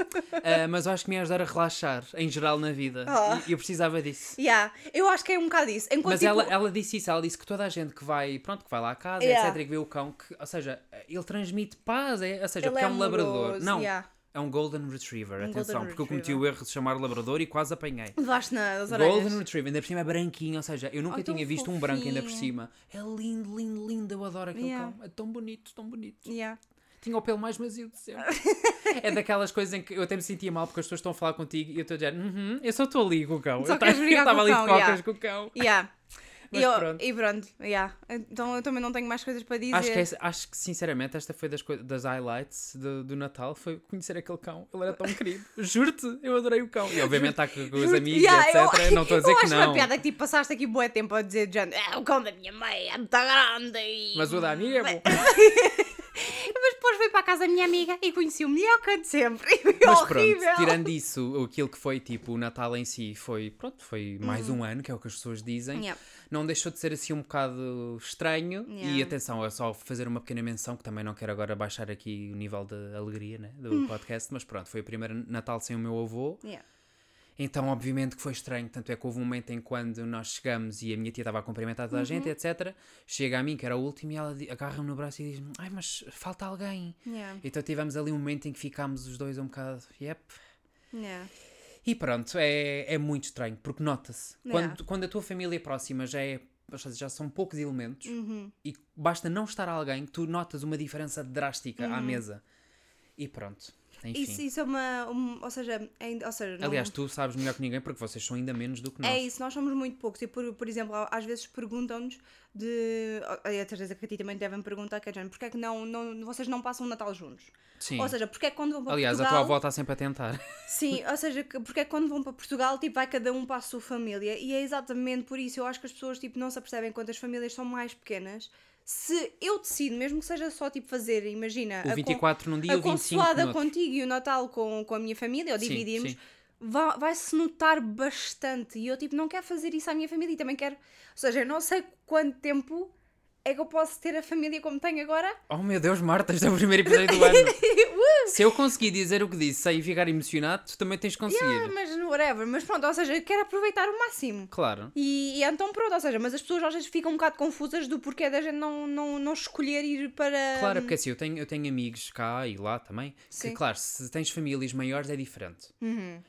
Ah, mas eu acho que me ia ajudar a relaxar, em geral, na vida. Ah. E eu precisava disso. Yeah. Eu acho que é um bocado isso. Enquanto, Mas tipo, ela, ela disse isso, ela disse que toda a gente que vai, pronto, que vai lá à casa, Yeah. etc, e que vê o cão, que, ou seja, ele transmite paz, é, ou seja, Ele porque é é um labrador. amoroso, Não, yeah. é um golden retriever, Um atenção, golden porque eu cometi o erro de chamar labrador e quase apanhei. levaste nas orelhas. Golden Retriever, ainda por cima é branquinho, ou seja, eu nunca Ai, tão tinha visto um branco ainda por fofinho. cima. É lindo, lindo, lindo, eu adoro aquele Yeah. cão. É tão bonito, tão bonito. Yeah. Tinha o pelo mais macio de (laughs) sempre. é daquelas coisas em que eu até me sentia mal porque as pessoas estão a falar contigo e eu estou a dizer, "Uhum, eu só estou ali com o cão. Só eu queres tava- (laughs) eu brigar com estava o ali cão, de cocas yeah. com o cão. Yeah. Mas e, eu- pronto. e pronto, yeah. então eu também não tenho mais coisas para dizer. Acho que, é- acho que, sinceramente, esta foi das, coi- das highlights do, do Natal, foi conhecer aquele cão. Ele era (laughs) tão querido. Juro-te, eu adorei o cão. E obviamente está com os Juro- amigos, Yeah, eu- (laughs) etc. Não estou a dizer eu que acho não. uma piada que tipo, passaste aqui bué tempo a dizer, John, é o cão da minha mãe, é muito grande. e- Mas o da amiga é bom. Mas depois fui para a casa da minha amiga e conheci o melhor cão de sempre. (laughs) E foi Mas horrível. pronto, tirando isso, aquilo que foi tipo o Natal em si foi, pronto, foi mais Uhum. um ano, que é o que as pessoas dizem. Yeah. Não deixou de ser assim um bocado estranho. E Yeah. atenção, é só fazer uma pequena menção, que também não quero agora baixar aqui o nível de alegria né, Hum. do podcast, mas pronto, foi o primeiro Natal sem o meu avô. Yeah. Então, obviamente que foi estranho, tanto é que houve um momento em quando nós chegamos e a minha tia estava a cumprimentar toda a Uhum. gente, etc. Chega a mim, que era o último, e ela di- agarra-me no braço e diz-me: Ai, mas falta alguém. Yeah. Então tivemos ali um momento em que ficámos os dois um bocado, yep. Yeah. E pronto, é, é muito estranho, porque nota-se. Yeah. Quando, quando a tua família é próxima já é. ou seja, Já são poucos elementos Uhum. e basta não estar alguém que tu notas uma diferença drástica Uhum. à mesa. E pronto. Enfim. Isso, isso é uma, um- Ou seja, ainda- ou seja não- Aliás, tu sabes melhor que ninguém porque vocês são ainda menos do que nós. É isso, nós somos muito poucos. E, por, por exemplo, há- às vezes perguntam-nos de. E a Teresa que a ti também devem perguntar, que é Jane, porque é que não, não, vocês não passam o Natal juntos? Sim. Ou seja, porque é que quando vão para Aliás, Portugal. a tua avó está sempre a (laughs) tentar. Sim, ou seja, que- porque é que quando vão para Portugal, tipo, vai cada um para a sua família. E é exatamente por isso. Eu acho que as pessoas, tipo, não se apercebem quando as famílias são mais pequenas. Se eu decido, mesmo que seja só, tipo, fazer, imagina. O a con- 24 num dia, a o 25 no consoada outro. contigo e o Natal com, com a minha família, ou Sim, dividirmos, sim. va- vai-se notar bastante. E eu, tipo, não quero fazer isso à minha família e também quero. Ou seja, eu não sei quanto tempo é que eu posso ter a família como tenho agora. (laughs) Oh meu Deus, Marta, este é o primeiro episódio do ano. Se eu conseguir dizer o que disse sem ficar emocionado, tu também tens de conseguir. Ah, mas whatever. Mas pronto, ou seja, eu quero aproveitar o máximo. Claro. E, e então pronto, ou seja, mas as pessoas às vezes ficam um bocado confusas do porquê da gente não, não, não escolher ir para. Claro, porque assim, eu tenho, eu tenho amigos cá e lá também, Sim. Uhum. que claro, se tens famílias maiores é diferente.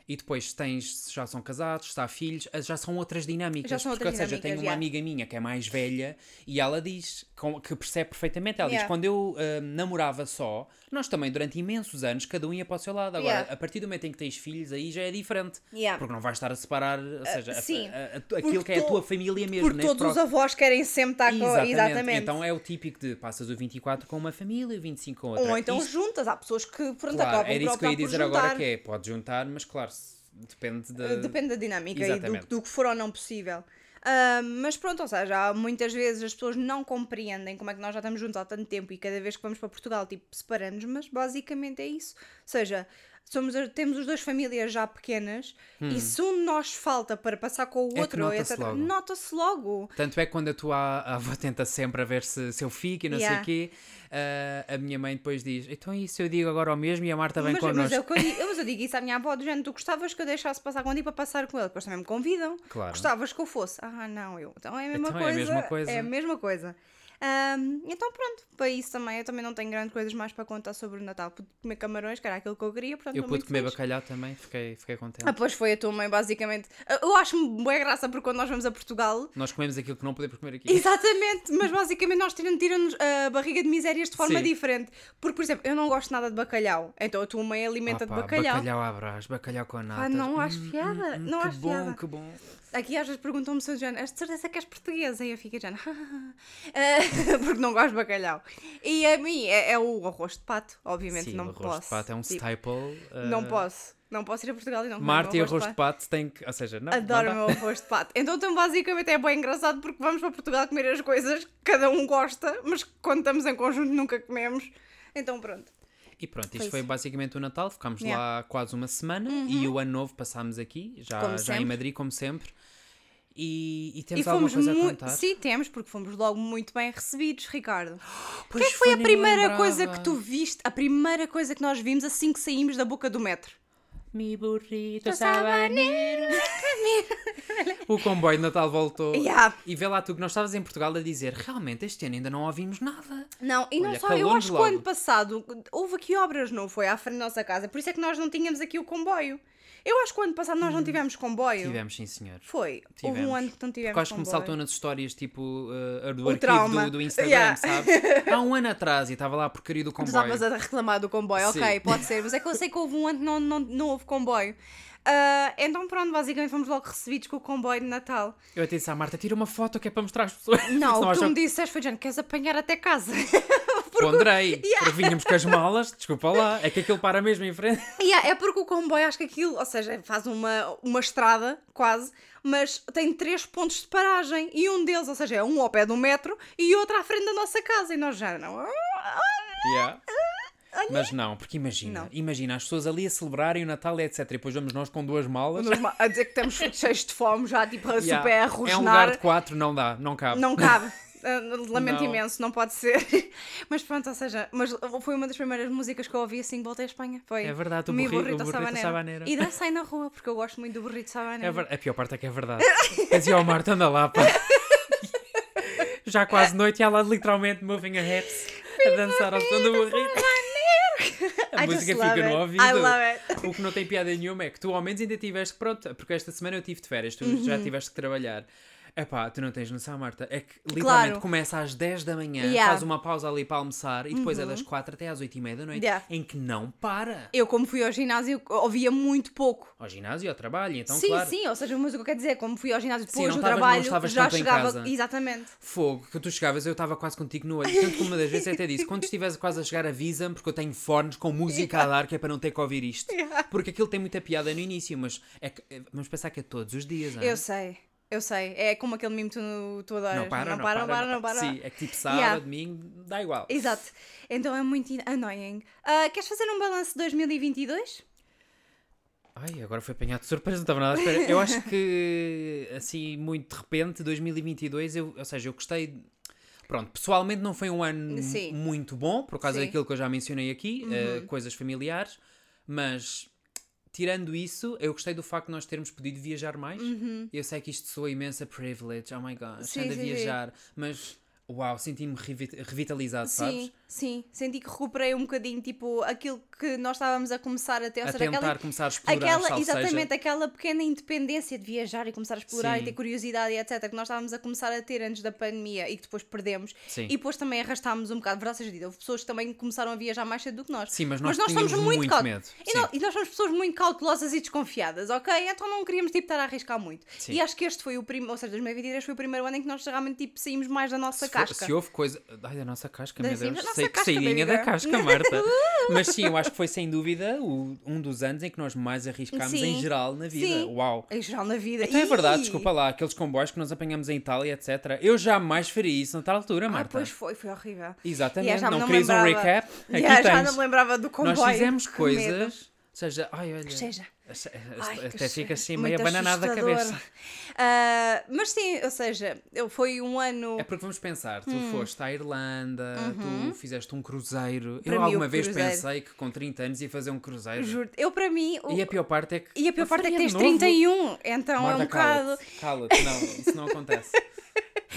E depois se tens, se já são casados, se há filhos, as- já são outras dinâmicas. Já são porque, outras ou seja, eu tenho dinâmicas, uma já. amiga minha que é mais velha e ela diz, diz, com- que percebe perfeitamente, ela Yeah. diz: quando eu ah, namorava só, nós também durante imensos anos cada um ia para o seu lado. Agora, Yeah. a partir do momento em que tens filhos, aí já é diferente. Yeah. Ah, Porque não vais estar a separar, ou seja, a- sim. a- a- aquilo que é a to- tua família mesmo. Porque né? todos os Pro- avós querem sempre estar com. Exatamente. Exatamente. Então é o típico de passas o 24 com uma família, o 25 com outra. Ou então Isto, juntas. Há pessoas que, pronto, claro, acabam era por isso que eu ia optar por dizer agora juntar. que é, pode juntar, mas claro, se- depende da... Uh, Depende da dinâmica e Exatamente. do, do que for ou não possível. Ah, mas pronto, ou seja, há muitas vezes as pessoas não compreendem como é que nós já estamos juntos há tanto tempo e cada vez que vamos para Portugal, tipo, separamos, mas basicamente é isso. Ou seja, somos, a- temos as duas famílias já pequenas e se um de nós falta para passar com o Hum. É que outro, nota-se etc., logo. nota-se logo. Tanto é que quando a tua avó tenta sempre a ver se, se eu fico e não Yeah. sei o quê, ah, a minha mãe depois diz, então isso eu digo agora ao mesmo e a Marta vem Mas, mas Tá connosco. é o que eu, digo, mas eu digo isso à minha avó, do género, tu gostavas que eu deixasse passar contigo para passar com ele, depois também me convidam. Claro. Gostavas que eu fosse? Ah, não, eu. Então é a mesma, Então coisa, é a mesma coisa. É a mesma coisa. Ahm, então pronto, para isso também, eu também não tenho grandes coisas mais para contar sobre o Natal. Pude comer camarões, que era aquilo que eu queria, portanto Eu estou pude muito comer feliz. bacalhau também, fiquei, fiquei contente. Ah, pois foi a tua mãe, basicamente. Ah, Eu acho-me boa graça porque quando nós vamos a Portugal. Nós comemos aquilo que não podemos comer aqui. Exatamente, mas basicamente nós tiram- tiram-nos a barriga de misérias de forma Sim. diferente. Porque, por exemplo, eu não gosto nada de bacalhau, então a tua mãe alimenta Opa, de bacalhau. Ah, Bacalhau à brás, bacalhau com natas. Hum, não acho piada, não que acho bom, piada. Que bom, Aqui às vezes perguntam-me se eu Jana, és de certeza que és portuguesa? E eu fico (laughs) Jana, "Ah", porque não gosto de bacalhau. E a mim é, é o arroz de pato, obviamente Sim, não o arroz posso. de pato é um Tipo, staple. ah, Não posso, não posso ir a Portugal e não comer Marta e o arroz de pato têm que. Ou seja, não. não Adoro dá. o meu arroz de pato. Então, então, basicamente é bem engraçado porque vamos para Portugal comer as coisas que cada um gosta, mas que quando estamos em conjunto nunca comemos. Então pronto. E pronto, Pois. isto foi basicamente o Natal. Ficámos Yeah. Uhum. lá quase uma semana e o ano novo passámos aqui, já, Como já em sempre. Madrid, como sempre. E, e temos e alguma fomos coisa a muito. contar. Sim, temos, porque fomos logo muito bem recebidos, Ricardo. Pois que foi a nem primeira lembrava. coisa que tu viste, a primeira coisa que nós vimos assim que saímos da boca do metro? Mi burrito sabaneiro. o comboio de Natal voltou. Yeah. E vê lá tu que nós estavas em Portugal a dizer realmente este ano ainda não ouvimos nada. Não, e não Olha, só, eu calou-nos acho que o ano logo. passado houve aqui obras, não foi? À frente da nossa casa, por isso é que nós não tínhamos aqui o comboio. Eu acho que o ano passado nós não tivemos comboio. Hum, Tivemos, sim, senhor. Foi, houve um Tivemos. ano que não tivemos Porque acho que me comboio. saltam nas histórias tipo uh, do trauma. arquivo do, do Instagram, Yeah. (laughs) sabes? Há um ano atrás e estava lá a porcaria do Tu comboio. estavas a reclamar do comboio, ok, Sim. pode ser, mas é que eu sei que houve um ano que não, não, não houve comboio. Ah, então pronto, basicamente fomos logo recebidos com o comboio de Natal. Eu até disse à Marta: tira uma foto que é para mostrar às pessoas. Não, (laughs) o Senão que tu acham me disseste foi, Jane, queres apanhar até casa? (laughs) Ponderei. porque Vinhamos com as malas, desculpa lá, é que aquilo para mesmo em frente. (laughs) Yeah, é porque o comboio, acho que aquilo, ou seja, faz uma, uma estrada, quase, mas tem três pontos de paragem e um deles, ou seja, é um ao pé do metro e outro à frente da nossa casa. E nós já não. ah, Yeah. Mas não, porque imagina, Não. imagina as pessoas ali a celebrarem o Natal, etc. E depois vamos nós com duas malas. Normal, A dizer que (laughs) estamos cheios de fome, já tipo a Yeah. super a É um lugar rosnar. de quatro, não dá, não cabe. Não cabe. Ah, Lamento Não. imenso, não pode ser. (laughs) Mas pronto, ou seja, mas foi uma das primeiras músicas que eu ouvi assim que voltei à Espanha. Foi É verdade, o Mi burri- o burrito burrito sabanero. sabanero. E dancei na rua, porque eu gosto muito do burrito sabanero. É ver- A pior parte é que (laughs) é verdade. Dizia ao Marta, anda lá, pá. (laughs) Já quase noite e ela literalmente moving her hips a dançar ao som do burrito. A I just música love it. fica no ouvido. I love it. (laughs) O que não tem piada nenhuma é que tu ao menos ainda tiveste, pronto, porque esta semana eu tive de férias, tu já Uhum. tiveste que trabalhar. Epá, tu não tens noção, Marta, é que literalmente Claro. começa às 10 da manhã, Yeah. Uhum. faz uma pausa ali para almoçar e depois é das 4 até às 8 e meia da noite, Yeah. em que não para. Eu, como fui ao ginásio, ouvia muito pouco. Ao ginásio, ao trabalho, então sim, claro. sim, ou seja, mas o que eu quero dizer, é como fui ao ginásio Sim, depois não do estavas- não trabalho, estavas já tanto em chegava. casa. Exatamente. Fogo, que tu chegavas, eu estava quase contigo no olho. Tanto que uma das vezes eu até disse: quando estiveres quase a chegar, avisa-me, porque eu tenho fones com música a dar, que é para não ter que ouvir isto. Yeah. Porque aquilo tem muita piada no início, mas é que, é- vamos pensar que é todos os dias. não é? Eu sei, eu sei. É como aquele mimo que tu, tu adoras. Não para, não, para, não para, Sim, é que tipo sábado, Yeah. domingo, dá igual. Exato. Então é muito annoying. Ah, queres fazer um balanço de 2022? Ai, agora foi apanhado de surpresa, não estava nada à espera. Eu acho que, (laughs) assim, muito de repente, 2022, eu, ou seja, eu gostei. Pronto, pessoalmente não foi um ano Sim. muito bom, por causa Sim. Uhum. daquilo que eu já mencionei aqui, eh, coisas familiares, mas tirando isso, eu gostei do facto de nós termos podido viajar mais. Eu sei que isto soa imensa privilege, oh my gosh, Uhum. Sim, anda a sim, sim. viajar, mas Uau, senti-me revi- revitalizado, sabes? Sim, sim. Senti que recuperei um bocadinho, tipo, aquilo que nós estávamos a começar até. Ou A seja, tentar aquela, começar a explorar, aquela salve seja. Exatamente, aquela pequena independência de viajar e começar a explorar Sim. e ter curiosidade e etc. Que nós estávamos a começar a ter antes da pandemia e que depois perdemos. Sim. E depois também arrastámos um bocado. Verdade seja dita, houve pessoas que também começaram a viajar mais cedo do que nós. Sim, mas nós somos tínhamos muito cau- medo, E, sim. nó- e nós somos pessoas muito cautelosas e desconfiadas, ok? Então não queríamos tipo, estar a arriscar muito. Sim. E acho que este foi o primeiro, ou seja, 2023 foi o primeiro ano em que nós realmente tipo, saímos mais da nossa se, for- casca. se houve coisa. Ai, da nossa casca, Da- meu sim, da Deus. nossa Sei que casca, saídinha baby da (laughs) casca, Marta. Mas sim, eu acho que foi sem dúvida o- um dos anos em que nós mais arriscámos em Sim. geral na vida. Sim. Uau. Em geral na vida. Então é verdade, Ih! desculpa lá, aqueles comboios que nós apanhamos em Itália, etc. Eu jamais faria isso naquela altura, Ah, Marta. pois foi, foi horrível. Exatamente. Yeah, já me não não querias um lembrava. recap? Aqui Yeah, já tens. não me lembrava do comboio. Nós (laughs) fizemos que medo. coisas. Ou seja, ai, olha. Seja. Até- Ai, que até fica assim muito meio abananada a assustador. cabeça. Ah, mas sim, ou seja, eu- foi um ano. É porque vamos pensar, tu Hum. foste à Irlanda, tu fizeste um cruzeiro. Uhum. Para eu mim, alguma o vez cruzeiro. pensei que com 30 anos ia fazer um cruzeiro. Juro, eu para mim. o- E a pior parte é que. E a pior Eu parte é que faria tens de novo. 31, então é um bocado. cala-te, cala-te, não, isso não (laughs) acontece.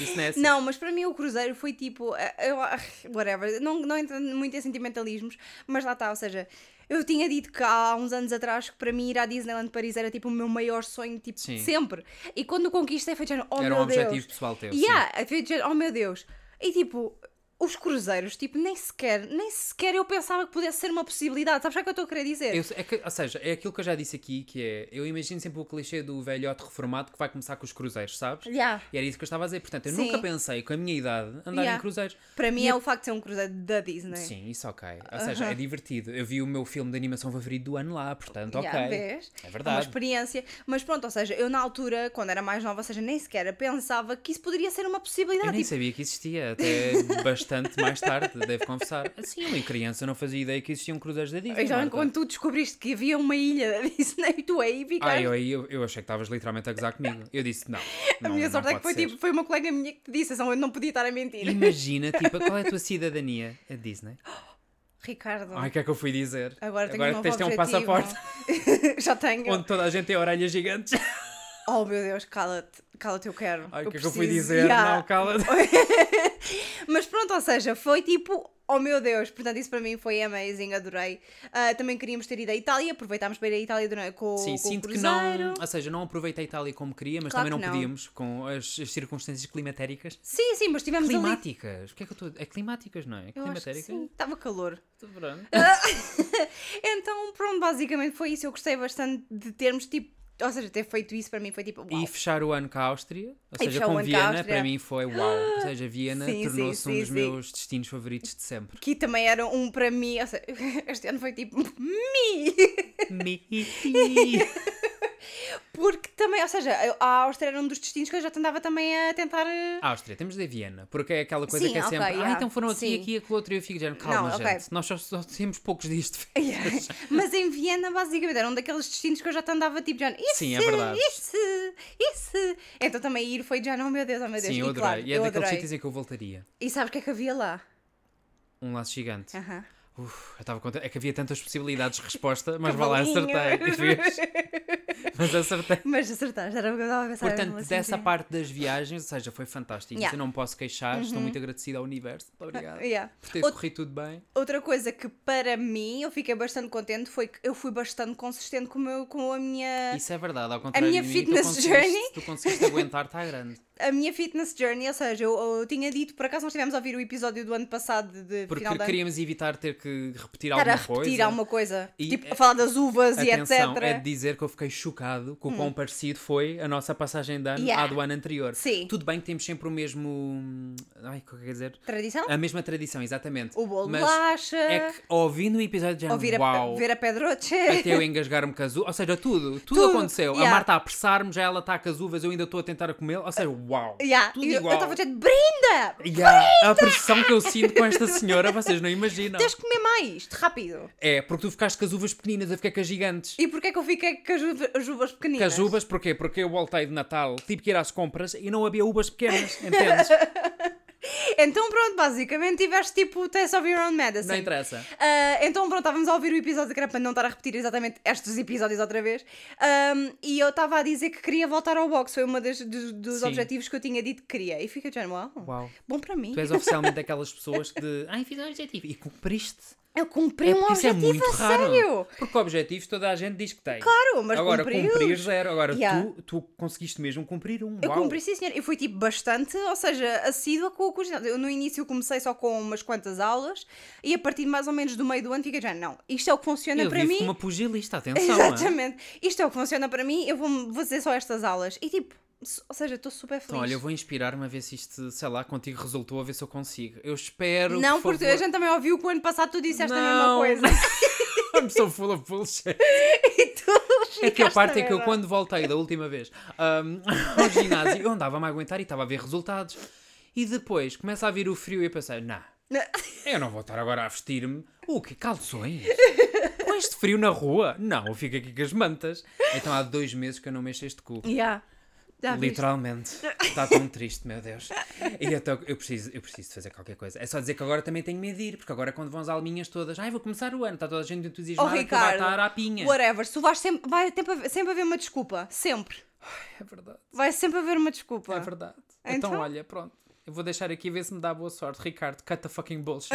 Isso não é assim. Não, mas para mim o cruzeiro foi tipo. eh, Eu, ah, whatever, não, não entro muito em sentimentalismos, mas lá está, ou seja, eu tinha dito que há uns anos atrás que para mim ir à Disneyland Paris era tipo o meu maior sonho, tipo, Sim. de sempre. E quando o conquistei foi de género, oh Era meu um objetivo Deus. pessoal teu. sim. Yeah, eu fui dizer, oh meu Deus. E tipo, os cruzeiros, tipo, nem sequer, nem sequer eu pensava que pudesse ser uma possibilidade. Sabes o que é que eu estou a querer dizer? Eu- é que- ou seja, é aquilo que eu já disse aqui, que é, eu imagino sempre o clichê do velhote reformado que vai começar com os cruzeiros, sabes? Yeah. E era isso que eu estava a dizer, portanto, eu Sim. nunca pensei, com a minha idade, andar em Yeah. cruzeiros. Para mim é o facto de ser um cruzeiro da Disney. Sim, isso ok. Ou seja, é divertido. Eu vi o meu filme de animação favorito do ano lá, portanto, ok. Yeah, vês? É É uma verdade. experiência. Mas pronto, ou seja, eu na altura, quando era mais nova, ou seja, nem sequer pensava que isso poderia ser uma Eu possibilidade. nem Tipo, sabia que existia, até (laughs) bastante mais tarde, devo confessar. Assim, eu em criança não fazia ideia que existiam cruzeiros da Disney. então, Marta. quando tu descobriste que havia uma ilha da (laughs) Disney, tu aí Ai, ficaste. eu, eu, eu achei que estavas literalmente a gozar comigo. Eu disse, (laughs) não. a não, minha não sorte é que foi, pode ser. tipo, (laughs) foi uma colega minha que te disse, então eu não podia estar a mentir. Imagina, tipo, qual é a tua cidadania? A Disney. Ricardo, Ai, o que é que eu fui dizer? Oh. agora tenho um novo tens de ter um objetivo. passaporte (laughs) (laughs) Já tenho. onde toda a gente tem orelhas gigantes. Oh meu Deus, cala-te, cala-te, eu quero. Ai, o que é que eu preciso. fui dizer? Yeah. Não, cala Mas pronto, ou seja, foi tipo, oh meu Deus, portanto isso para mim foi amazing, adorei. Ah, também queríamos ter ido à Itália, aproveitámos para ir à Itália durante, com, Sim, com sinto o que não. cruzeiro. Ou seja, não aproveitei a Itália como queria, mas Claro também não, que não. podíamos com as, as circunstâncias climatéricas. Sim, sim, mas estivemos ali. Climáticas. O que é que eu estou. É climáticas, não é? Eu acho que climatéricas? sim, estava calor. Tô pronto. Então, pronto, basicamente foi isso. Eu gostei bastante de termos, tipo, ou seja, ter feito isso para mim foi tipo, uau. E fechar o ano com a Áustria, ou seja, fechar o com ano com a Viena, Áustria. para mim foi uau. Ou seja, Viena Sim, sim, tornou-se um sim, dos sim. meus destinos favoritos (laughs) de sempre. Que também era um para mim, ou seja, (laughs) este ano foi tipo, me! Mi- Porque também, ou seja, eu- a Áustria era um dos destinos que eu já andava também a tentar. eh, Áustria, temos de Viena, porque é aquela coisa Sim, que é ok, sempre. Ah, yeah. então foram aqui, Sim. aqui, aquilo outro, e eu fico dizendo, calma, Não, ok. gente, nós só, só temos poucos dias (laughs) de férias. Mas em Viena, basicamente, era um daqueles destinos que eu já te andava tipo, John, isso, Sim, é verdade. isso, isso. Então também ir foi já, não, meu Deus, oh meu Deus. Sim, eu e adorei. claro, e é eu daqueles adorei. sítios em que eu voltaria. E sabes o que é que havia lá? Um laço gigante. Aham. Uf, eu estava contente. É que havia tantas possibilidades (laughs) de resposta, mas vá lá, Cavalinho. acertei. vês? (laughs) mas acertei. (laughs) Mas acertaste, era o que eu estava a pensar. Portanto, era assim, dessa sim. parte das viagens, ou seja, foi fantástico. Isso Yeah. Uhum. eu não me posso queixar, estou muito agradecida ao universo. (laughs) Muito obrigado. Yeah. Por ter Out- corrido tudo bem. Outra coisa que para mim eu fiquei bastante contente foi que eu fui bastante consistente com, o meu, com a, minha, Isso é verdade. Ao contrário minha de mim, tu fitness conseguiste- journey- Tu conseguiste aguentar, está (laughs) grande. a minha fitness journey. Ou seja, eu, eu tinha dito, por acaso nós estivemos a ouvir o episódio do ano passado de- de Porque final de ano. queríamos evitar ter que repetir estar alguma a repetir coisa. alguma coisa. E, tipo, eh, a falar das uvas Atenção, e etc. é de dizer que eu fiquei chocado com o quão parecido foi a nossa passagem de ano Yeah. à do ano anterior. Sim. Tudo bem que temos sempre o mesmo. Ai, o que é que quer dizer? Tradição? A mesma tradição, exatamente. O bolo de Mas bolacha, é que ouvindo o episódio já ouvir a, uau, ver a pedroche. até eu engasgar-me com as uvas, ou seja, tudo, tudo, Tudo, aconteceu. A yeah. Marta a apressar-me, já ela está com as uvas, eu ainda estou a tentar a comê-lo, ou seja, uau, (laughs) Yeah, tudo e eu- eu igual. estava a dizer, brinda! Yeah, a pressão que eu sinto (laughs) com esta senhora, vocês não imaginam. Tens que comer mais, rápido. É, porque tu ficaste com as uvas pequeninas, eu fiquei com as gigantes. E porquê que eu fiquei com as, uva- as uvas Com pequeninas? as uvas, porquê? (laughs) Porque eu voltei de Natal, tive que ir às compras e não havia uvas pequenas, entendes? Então pronto, basicamente tiveste tipo Test of Your Own Medicine. Não interessa. Ah, então pronto, estávamos a ouvir o episódio que era para não estar a repetir exatamente estes episódios outra vez. Ahm, e eu estava a dizer que queria voltar ao box, foi um dos, dos Sim. objetivos que eu tinha dito que queria. E fica de género, uau, Uau. bom para mim. Tu és oficialmente daquelas pessoas que de. Ai, fiz um objetivo. E cumpriste. Eu cumpri um É porque isso objetivo a sério. Porque objetivos toda a gente diz que tem. Claro, mas Agora, cumpri-os. cumprir zero. Agora, Yeah. tu, tu conseguiste mesmo cumprir um. Eu Uau. cumpri, sim, senhor. E fui tipo bastante, ou seja, assídua com o curso. Eu, no início comecei só com umas quantas aulas e a partir mais ou menos do meio do ano fica já, não, isto é o que funciona Eu para vivo mim. como (laughs) uma é? pugilista, atenção. hã? Exatamente. Isto é o que funciona para mim, eu vou, vou fazer só estas aulas. E tipo, s- ou seja, estou super feliz. Então, olha, eu vou inspirar-me a ver se isto, sei lá, contigo resultou, a ver se eu consigo. Eu espero. não, por porque a favor. gente também ouviu que o ano passado tu disseste Não. a mesma coisa. (laughs) (laughs) I'm so full of bullshit. e tu É que a ficaste parte é que eu, merda. quando voltei da última vez ahm, (laughs) ao ginásio, eu andava-me a aguentar e estava a ver resultados. E depois começa a vir o frio e eu pensei, não, eu não vou estar agora a vestir-me. O que? (laughs) Calções? Com este frio na rua? Não, eu fico aqui com as mantas. Então há dois meses que eu não mexo este cu. (laughs) Yeah. Já viste? Literalmente. Está tão triste, meu Deus. E então eu preciso, eu preciso de fazer qualquer coisa. É só dizer que agora também tenho medo de ir, porque agora quando vão as alminhas todas, ai, vou começar o ano, está toda a gente Oh, entusiasmada que vai Ricardo, estar à pinha. whatever, se tu vais sempre, vai sempre haver, sempre haver uma desculpa, sempre. É verdade. Vai sempre haver uma desculpa. É verdade. Então? Então, olha, pronto. Eu vou deixar aqui ver se me dá boa sorte. Ricardo, cut the fucking bullshit.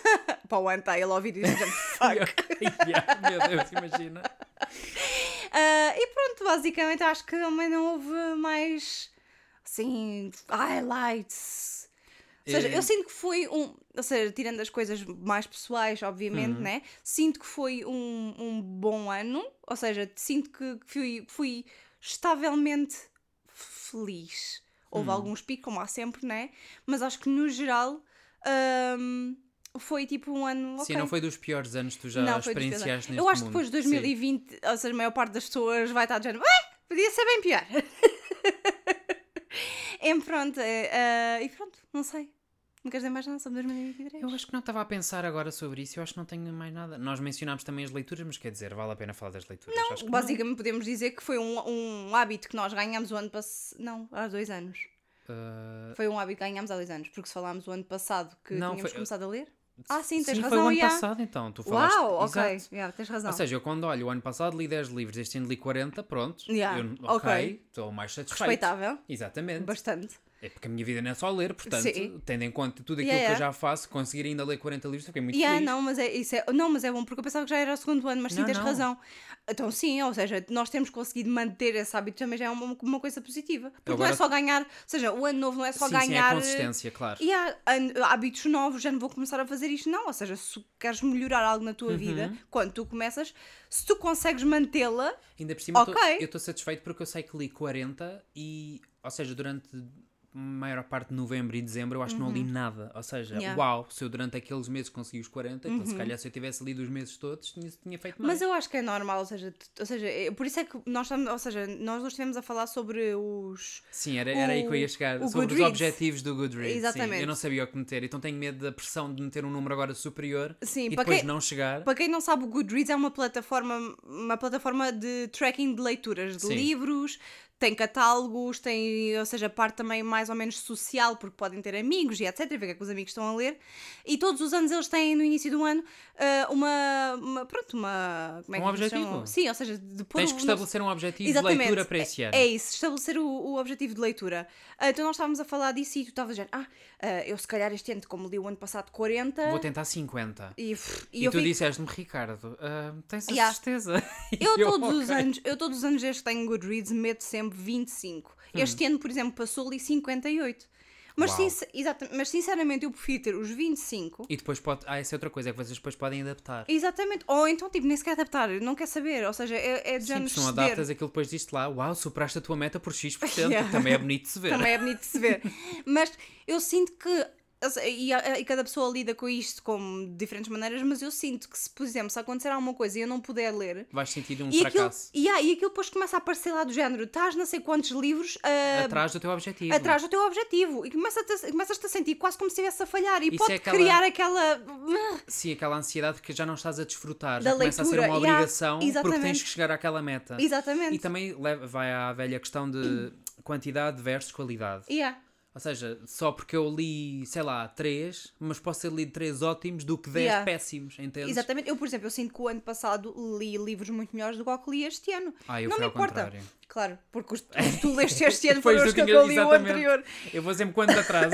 (laughs) Para o ano está ele a ouvir isto. já- Fuck. Yeah, Meu Deus, imagina. Ah, e pronto, basicamente acho que também não houve mais assim highlights. Ou seja, Eh. eu sinto que foi um. Ou seja, tirando as coisas mais pessoais, Uhum. obviamente, né? Sinto que foi um, um bom ano. Ou seja, sinto que fui, fui estavelmente feliz. Hum. Houve alguns picos, como há sempre, né? Mas acho que no geral ahm, foi tipo um ano. Sim, ok. não foi dos piores anos que tu já Não, foi dos piores anos. experienciaste neste Eu acho que mundo. depois de 2020, ou seja, a maior parte das pessoas vai estar dizendo, ah, podia ser bem pior. (laughs) e pronto, eh, ah, e pronto, não sei. Não queres dizer mais nada sobre 2023? Eu acho que não estava a pensar agora sobre isso. Eu acho que não tenho mais nada. Nós mencionámos também as leituras, mas quer dizer, vale a pena falar das leituras. Não, acho que não. Basicamente podemos dizer que foi um, um hábito que nós ganhámos o ano passado. Não, há dois anos. Ah, Foi um hábito que ganhámos há dois anos, porque se falámos o ano passado que Não, tínhamos foi- eh, começado a ler. Ah, sim, tens sim, razão. foi o ano yeah. passado então. Tu falaste... Uau, ok, Exato. yeah, tens razão. Ou seja, eu quando olho o ano passado li 10 livros, este ano li 40, pronto. Yeah, Eu- ok. ok, estou mais satisfeito. Respeitável, Exatamente. bastante. É porque a minha vida não é só ler, portanto, Sim. tendo em conta tudo aquilo Yeah, que eu yeah. já faço, conseguir ainda ler 40 livros, fiquei muito Yeah, feliz. não, mas é, isso é, não, mas é bom porque eu pensava que já era o segundo ano, mas sim, Não, tens não. razão. Então, sim, ou seja, nós temos conseguido manter esse hábito também já é uma, uma coisa positiva. Porque não é Agora- só ganhar, ou seja, o ano novo não é só sim, ganhar. sim, é consistência, claro. E há an- hábitos novos, já não vou começar a fazer isto, não. Ou seja, se queres melhorar algo na Uhum. tua vida, quando tu começas, se tu consegues mantê-la, Ainda por cima, eu tô- Ok. eu estou satisfeito porque eu sei que li 40 e, ou seja, durante a maior parte de novembro e dezembro eu acho que não li nada. Ou seja, Uhum. Yeah. Uhum. uau, se eu durante aqueles meses consegui os 40, então se calhar se eu tivesse lido os meses todos, tinha, tinha feito mais. Mas eu acho que é normal, ou seja, tu- ou seja, é- por isso é que nós estamos, ou seja, nós dois estivemos a falar sobre os Sim, era, era aí que eu ia chegar. o Sobre os Goodreads. objetivos do Goodreads. sim. Exatamente. eu não sabia o que meter, então tenho medo da pressão de meter um número agora superior Sim, e para depois quem- não chegar. Para quem não sabe, o Goodreads é uma plataforma, uma plataforma de tracking de leituras de Sim. livros, tem catálogos, tem, ou seja, parte também mais ou menos social, porque podem ter amigos e etc, ver o que é que os amigos estão a ler. E todos os anos eles têm, no início do ano, ah, uma, uma- Pronto, uma. Como é Um que eles objetivo. chamam? Sim, ou seja, depois. Tens que estabelecer um objetivo de leitura para esse ano. É isso, estabelecer o, o objetivo de leitura. Ah, então nós estávamos a falar disso e tu estavas a dizer, ah, ah, eu se calhar este ano, como li o ano passado 40. Vou tentar 50. E, pff, e E, eu tu fico- disseste-me, Ricardo, ah, tens a Yeah. certeza? (laughs) E Eu todos os "Ok." anos, eu todos os anos desde que tenho Goodreads meto sempre 25. Este ano, por exemplo, passou ali 58. Mas, Hum. Uau. sincer- exata- mas sinceramente eu prefiro ter os 25. E depois pode. Ah, essa é outra coisa, é que vocês depois podem adaptar. Exatamente. Ou então, tipo, nem sequer adaptar, não quer saber. Ou seja, é, é de Sim, anos porque não ceder. adaptas aquilo depois diz-te lá, uau, superaste a tua meta por X%, (laughs) Yeah. que também é bonito de se ver. Também é bonito de se (laughs) ver. Mas eu sinto que. eu sei- E, a- e cada pessoa lida com isto como de diferentes maneiras, mas eu sinto que se, por exemplo, se acontecer alguma coisa e eu não puder ler, Vais sentir um e, aquilo, fracasso e, há- e aquilo depois começa a aparecer lá do género, estás não sei quantos livros a atrás do teu objetivo. um, atrás do teu objetivo e começas-te a, começas-te a sentir quase como se estivesse a falhar e Isso pode é aquela- criar aquela. (laughs) "Meh", Sim, aquela ansiedade que já não estás a desfrutar, Da já começa a ser leitura, uma yeah, obrigação porque exatamente. tens que chegar àquela meta. Exatamente. (clears throat) E também leva- vai à velha questão de quantidade versus qualidade. Yeah. Ou Ou seja, só porque eu li, sei lá, três, mas posso ter lido três ótimos do que dez Yeah. péssimos, entendes? Exatamente. Eu, por exemplo, eu sinto que o ano passado li livros muito melhores do que o que li este ano. Ah, eu não fui me ao importa. contrário. Claro, porque os, os que tu leste (laughs) este ano Pois, foram os do que que eu eu- li o exatamente. anterior. Eu vou sempre quanto atrás.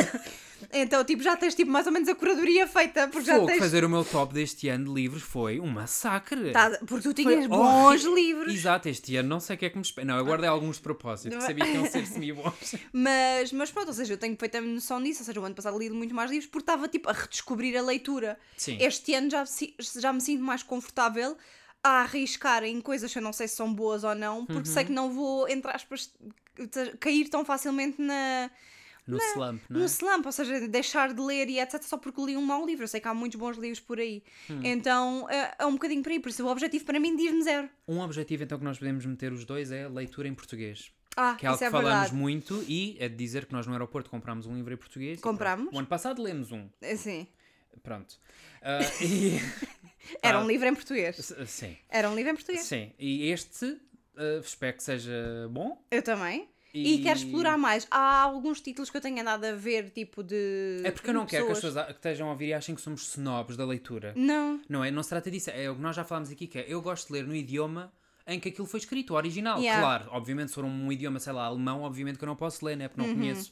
Então, tipo, já tens tipo, mais ou menos a curadoria feita, porque já Vou tens. fazer o meu top deste ano de livros foi um massacre. Tá, porque tu tinhas Foi bons horrível. livros. é? Exato, este ano não sei o que é que me espera. Não, eu guardei alguns de propósito, que sabia que iam (laughs) ser semi-bons. Mas, mas pronto, ou seja, eu tenho feita noção disso. Ou seja, o ano passado li muito mais livros porque estava tipo a redescobrir a leitura. Sim. Este ano já, si- já me sinto mais confortável a arriscar em coisas que eu não sei se são boas ou não, porque Uhum. sei que não vou, entre aspas, cair tão facilmente na, No slump, não é? no slump, ou seja, deixar de ler e etc. só porque li um mau livro. Eu sei que há muitos bons livros por aí. Hum. Então é, é um bocadinho por aí. Por isso, o objetivo para mim diz-me zero. Um objetivo então que nós podemos meter os dois é leitura em português. Ah, Que é algo isso que é falamos verdade. muito e é de dizer que nós no aeroporto comprámos um livro em português. e pronto. Comprámos. O ano passado lemos um. É, Sim. Pronto. (laughs) Ah, e- (laughs) Era Ah. um livro em português. S- Sim, Era um livro em português. sim. E este ah, espero que seja bom. Eu também. E... quero explorar mais. Há alguns títulos que eu tenho andado a ver, tipo de. É porque eu não de quero que as pessoas a- que estejam a ouvir e achem que somos snobs da leitura. Não. Não é? Não se trata disso. É o que nós já falámos aqui, que é eu gosto de ler no idioma em que aquilo foi escrito, o original. Yeah. Claro, obviamente, se for um idioma, sei lá, alemão, obviamente que eu não posso ler, né? Porque não Uhum. conheço.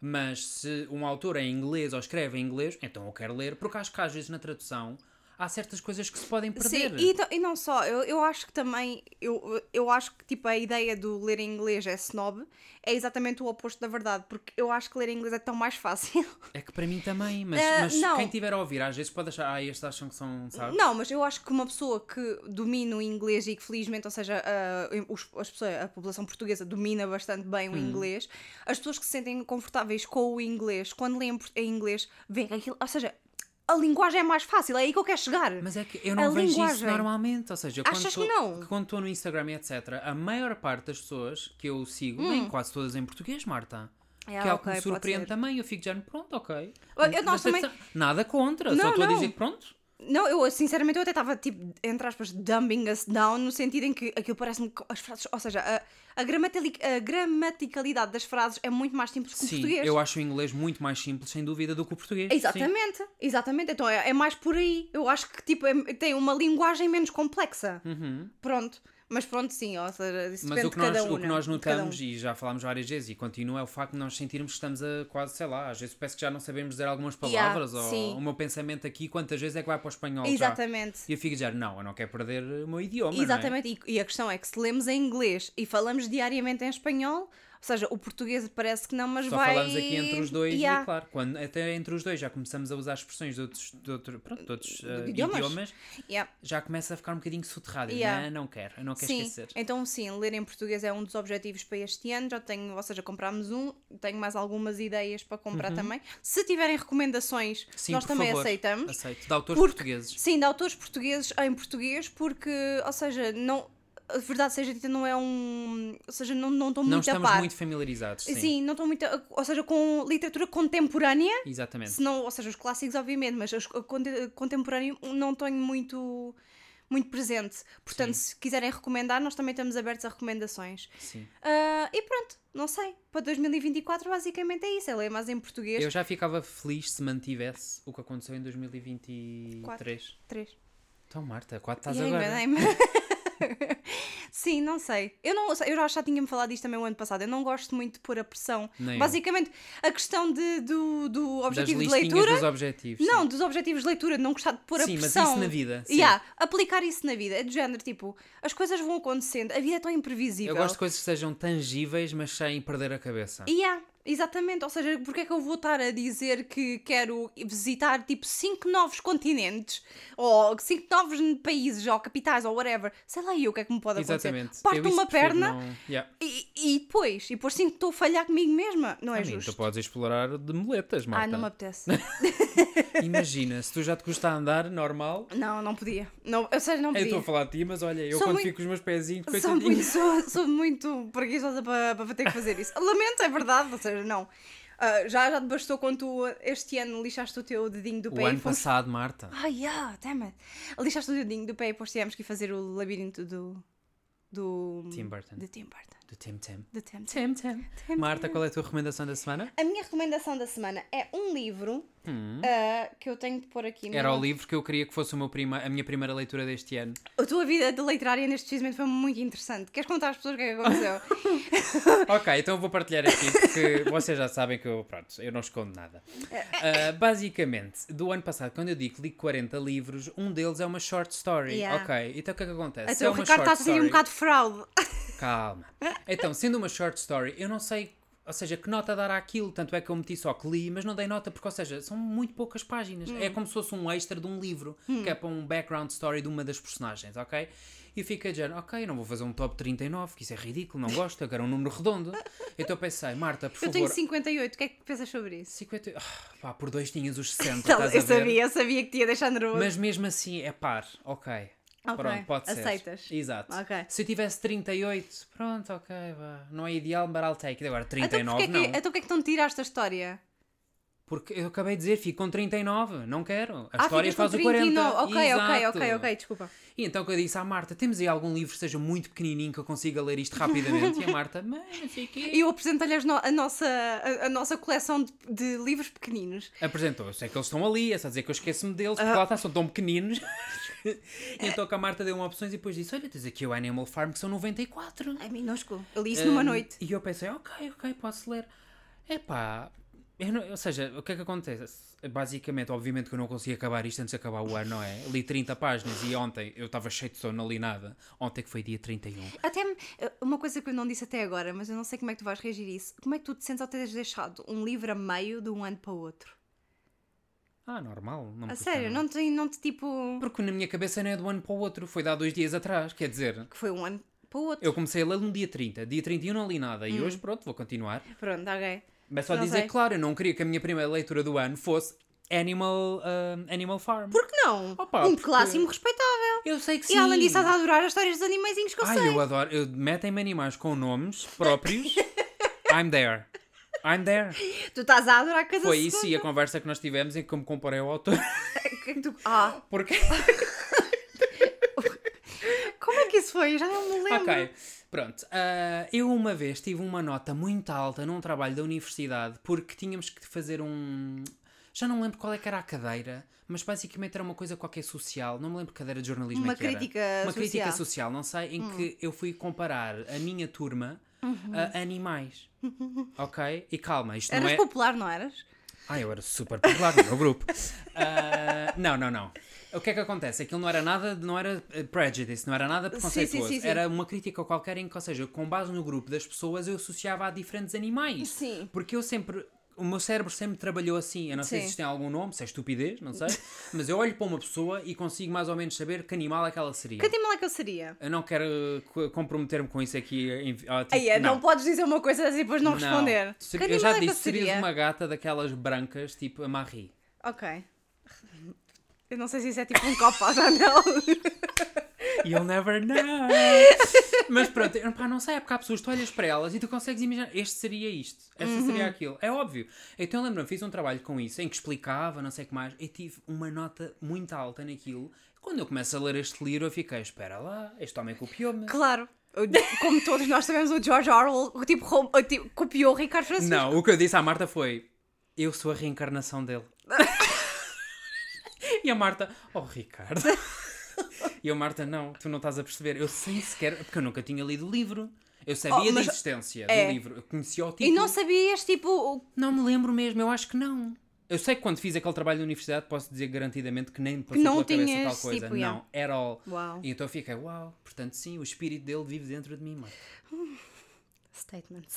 Mas se um autor é em inglês ou escreve em inglês, então eu quero ler, porque acho que às vezes na tradução há certas coisas que se podem Sim, perder. e, to- e não só, eu, eu acho que também, eu, eu acho que tipo a ideia do ler em inglês é snob, é exatamente o oposto da verdade, porque eu acho que ler em inglês é tão mais fácil. É que para mim também, mas, Ah, mas não. quem estiver a ouvir, às vezes pode achar, ah, estes acham que são, sabe? Não, mas eu acho que uma pessoa que domina o inglês e que felizmente, ou seja, a, os- as pessoas- a população portuguesa domina bastante bem o Hum. inglês, as pessoas que se sentem confortáveis com o inglês, quando leem por- em inglês, veem aquilo, ou seja, a linguagem é mais fácil, é aí que eu quero chegar. Mas é que eu A não vejo isso linguagem. normalmente. Ou seja, Achas quando que tô- não? que quando estou no Instagram e etc., a maior parte das pessoas que eu sigo Hum. leem quase todas em português, Marta. Ah, que é algo ok, que me pode surpreende ser. também. Eu fico já pronto, ok. Eu- eu- Mas nós também- atenção, Nada contra, só Não, estou a não. dizer que pronto. Não, eu sinceramente eu até estava tipo, entre aspas, dumbing us down, no sentido em que aquilo parece-me que as frases, ou seja, a, a gramatali- a gramaticalidade das frases é muito mais simples que o Sim, português. eu acho o inglês muito mais simples, sem dúvida, do que o português. sim. Exatamente, exatamente. Então é, é mais por aí. Eu acho que tipo, é- tem uma linguagem menos complexa. Pronto. Mas pronto, sim, ou seja, isso Uhum. Mas depende o que, de nós, cada o que uma, nós de cada um. notamos, e já falámos várias vezes, e continua, é o facto de nós sentirmos que estamos a quase, sei lá, às vezes parece que já não sabemos dizer algumas Yeah, palavras, ou sim. o meu pensamento aqui, quantas vezes é que vai para o espanhol um. já? Exatamente. E eu fico a dizer, não, eu não quero perder o meu idioma, não é? Exatamente, e, e a questão é que se lemos em inglês e falamos diariamente em espanhol, ou seja, o português parece que não, mas Só vai. falamos aqui entre os dois Yeah. e, claro, quando, até entre os dois já começamos a usar expressões de outros, de outro- pronto, de outros eh, idiomas. idiomas, Yeah. já começa a ficar um bocadinho soterrado. Eu, Yeah. Não, não quero, eu não quero Sim, é esquecer. então sim, ler em português é um dos objetivos para este ano. Já tenho, ou seja, comprámos um, tenho mais algumas ideias para comprar também. Se tiverem recomendações, Uhum. Sim, nós por também favor, aceitamos. Aceito. De autores Porque- portugueses. Sim, de autores portugueses em português, porque, ou seja, não, a verdade seja dita, não é um. Ou seja, não não estou Não muito a estamos par. muito familiarizados. Sim, sim. não estou muito. a- Ou seja, com literatura contemporânea, exatamente. se não, ou seja, os clássicos, obviamente, mas os conte- contemporâneo não tenho muito. Muito presente. Portanto, se quiserem recomendar, nós também estamos abertos a recomendações. Sim. Ah, e pronto, não sei. Para 2024, basicamente é isso. É ler mais em português. Eu já ficava feliz se mantivesse o que aconteceu em 2023. Três. Então, Marta, quatro estás E é aí, agora. enganei-me. (laughs) Sim, não sei. Eu, não, eu já- já tinha-me falado disto também o ano passado. Eu não gosto muito de pôr a pressão. Nem eu. Basicamente, a questão de, do, do Das objetivo de listinhas leitura. dos objetivos. sim. Não, dos objetivos de leitura, de não gostar de pôr Sim, a mas pressão. isso na vida, sim. Yeah, aplicar isso na vida. É do género, tipo, as coisas vão acontecendo, a vida é tão imprevisível. Eu gosto de coisas que sejam tangíveis, mas sem perder a cabeça. Yeah, exatamente. Ou seja, porque é que eu vou estar a dizer que quero visitar tipo cinco novos continentes ou cinco novos países ou capitais ou whatever? Sei lá eu o que é que me pode acontecer. Exatamente. Eu Parto isso uma prefiro perna não- Yeah. e, e depois, e depois sinto que estou a falhar comigo mesma. Não é Ah, menino, justo. Tu podes explorar de moletas, Marta. Ah, não me apetece. Imagina, se tu já te custa andar normal, não, não podia. Não, eu sei, não (laughs) eu podia. estou a falar de ti, mas olha, eu Sou quando muito- fico com os meus pezinhos, Sou coitadinho. muito, sou, sou muito preguiçosa para, para ter que fazer isso. Lamento, é verdade, ou seja, não. Ah, já, já te bastou quando tu este ano lixaste o teu dedinho do pé O e ano foste passado, Marta. Ah, yeah, damn it. Lixaste o dedinho do pé e depois tivemos que ir fazer o labirinto do. do Tim Burton. De Tim Burton. Do Tim Tim. de Temtem. Tim Tim. Marta, qual é a tua recomendação da semana? A minha recomendação da semana é um livro ah, que eu tenho de pôr aqui. mas Hum. Era o não- livro que eu queria que fosse o meu prima, a minha primeira leitura deste ano. A tua vida de literária neste precisamente foi muito interessante. Queres contar às pessoas o que é que (laughs) aconteceu? Ok, então eu vou partilhar aqui (laughs) porque vocês já sabem que eu, pronto, eu não escondo nada. É, Ah, basicamente, do ano passado, quando eu digo que li 40 livros, um deles é uma short story. Yeah. Ok, então o que é que acontece? então, é o uma Ricardo short está a sentir um story- bocado fraude. Calma. Então, sendo uma short story, eu não sei, ou seja, que nota dar àquilo. Tanto é que eu meti só que li, mas não dei nota, porque, ou seja, são muito poucas páginas. É como se fosse um extra de um livro, que é para um background story de uma das personagens, ok? E fica dizendo, ok, não vou fazer um top 39, que isso é ridículo, não gosto, eu quero um número redondo. Então eu pensei, Marta, por Eu tenho favor. 58, o que é que pensas sobre isso? 50... Ah, pá, por dois tinhas os 60, Então, estás eu a ver? sabia, eu sabia que te ia deixar nervoso. Mas mesmo assim é par, ok. Ok, Pronto, pode ser. aceitas. Exato. Ok. Se eu tivesse 38, pronto, ok, vá. Não é ideal, but I'll take it. Agora, então, 39 porquê é não. que, então, o que é que estão a tirar esta história? Porque eu acabei de dizer, fico com 39, não quero. A Ah, história ficas com faz o 40. 39. Ok, ok, Exato. ok, ok, desculpa. E então que eu disse à Marta, temos aí algum livro que seja muito pequenininho que eu consiga ler isto rapidamente? e a Marta, (laughs) mas não sei o quê. E eu apresento-lhe as no- a, nossa, a, a nossa coleção de, de livros pequeninos. Apresentou, eu sei que eles estão ali, é só dizer que eu esqueço-me deles, Ah. porque lá está, são tão pequeninos. (laughs) e então que a Marta deu-me opções e depois disse, olha, tens aqui o Animal Farm que são 94. Ai, minúsculo. Eu li isso numa Um, noite. E eu pensei, ok, ok, posso ler. Epá, eu não- ou seja, o que é que acontece? Basicamente, obviamente que eu não consegui acabar isto antes de acabar o ano, não é? Li 30 páginas e ontem eu estava cheio de sono, não li nada. Ontem que foi dia 31. Até me- eh, uma coisa que eu não disse até agora, mas eu não sei como é que tu vais reagir a isso. Como é que tu te sentes ao teres deixado um livro a meio de um ano para o outro? Ah, normal. Não me A custa sério, nada. não te, não te tipo. Porque na minha cabeça não é de um ano para o outro, foi de há dois dias atrás, quer dizer... Que foi um ano para o outro. Eu comecei a ler no dia 30, dia 31 não li nada e hoje, pronto, vou continuar. Pronto, ok. Mas só Não dizer, Hum. sei. claro, eu não queria que a minha primeira leitura do ano fosse Animal, ah, Animal Farm. Por que não? Opa, um porque- clássico respeitável. Eu sei que sim. E além disso, estás a adorar as histórias dos animaizinhos que eu Ai, sei. eu adoro. Eu- Metem-me animais com nomes próprios. I'm there. I'm there. Tu estás a adorar cada Foi segundo. isso e a conversa que nós tivemos em que eu me comparei ao autor. (laughs) O que é que tu- Ah, Porque. como é que isso foi? Já não me lembro. ok. Pronto. Ah, eu uma vez tive uma nota muito alta num trabalho da universidade porque tínhamos que fazer um. Já não lembro qual é que era a cadeira, mas basicamente era uma coisa qualquer social. Não me lembro que cadeira de jornalismo Uma é que era. crítica Uma crítica social. Hum. social, não sei, em que eu fui comparar a minha turma Uhum. a animais. Ok? E calma, isto não Eras é. popular, não eras? Ah, eu era super popular no meu grupo. Ah, não, não, não. O que é que acontece? Aquilo não era nada, não era eh, prejudice, não era nada preconceituoso. sim, sim. Era uma crítica qualquer em que, ou seja, com base no grupo das pessoas, eu associava a diferentes animais. Sim. Porque eu sempre. O meu cérebro sempre trabalhou assim. Eu não sei Sim. se isto tem algum nome, se é estupidez, (laughs) não sei. Mas eu olho para uma pessoa e consigo mais ou menos saber que animal é que ela seria. Que animal é que eu seria? Eu não quero eh, co- comprometer-me com isso aqui. eh, em- ah, tipo, Aí é, não. podes dizer uma coisa dessas e depois não, responder. Tu ser- Que eu já animal é que eu disse, serias seria? uma gata daquelas brancas, tipo a Marie. Ok. Eu não sei se isso é tipo um copo ao janel. (laughs) You'll never know. Mas pronto, eu- pá, não sei, é porque há pessoas, tu olhas para elas e tu consegues imaginar, este seria isto, esta seria aquilo. É óbvio. Então eu lembro-me, fiz um trabalho com isso, em que explicava, não sei o que mais, e tive uma nota muito alta naquilo. Quando eu começo a ler este livro, eu fiquei, espera lá, este homem copiou-me. Claro. O- Como todos nós sabemos, o George Orwell o tipo, rom- o tipo, copiou o Ricardo Francisco. Não, o que eu disse à Marta foi, eu sou a reencarnação dele. (laughs) e a Marta, oh (laughs) Ricardo. E a Marta, não, tu não estás a perceber. Eu sem sequer, porque eu nunca tinha lido o livro. Eu sabia Oh, da mas- existência é. do livro, eu conhecia o título. E não sabias, tipo, o- Não me lembro mesmo, eu acho que não. Eu sei que quando fiz aquele trabalho na universidade posso dizer garantidamente que nem me passou não pela cabeça tinhas, tal coisa. tipo, não, yeah. at all. Uau. E então eu fiquei, uau, portanto sim, o espírito dele vive dentro de mim, mano. Statements.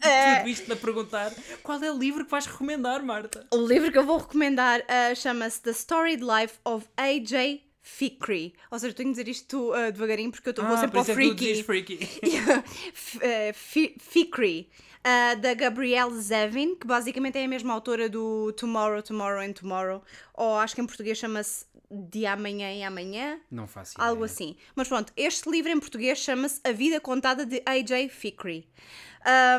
É. Tudo isto a perguntar qual é o livro que vais recomendar, Marta? O livro que eu vou recomendar ah, chama-se The Storied Life of A.J. Fickrey. Ou seja, tenho que dizer isto ah, devagarinho porque eu estou vou sempre por ao isso é que tu dizes freaky. freaky. (laughs) F- eh, Fi- Fikri, eh, da Gabrielle Zevin, que basicamente é a mesma autora do Tomorrow, Tomorrow and Tomorrow, ou acho que em português chama-se De Amanhã em Amanhã, Não faço ideia. algo assim. Mas pronto, este livro em português chama-se A Vida Contada de A.J. Fikri.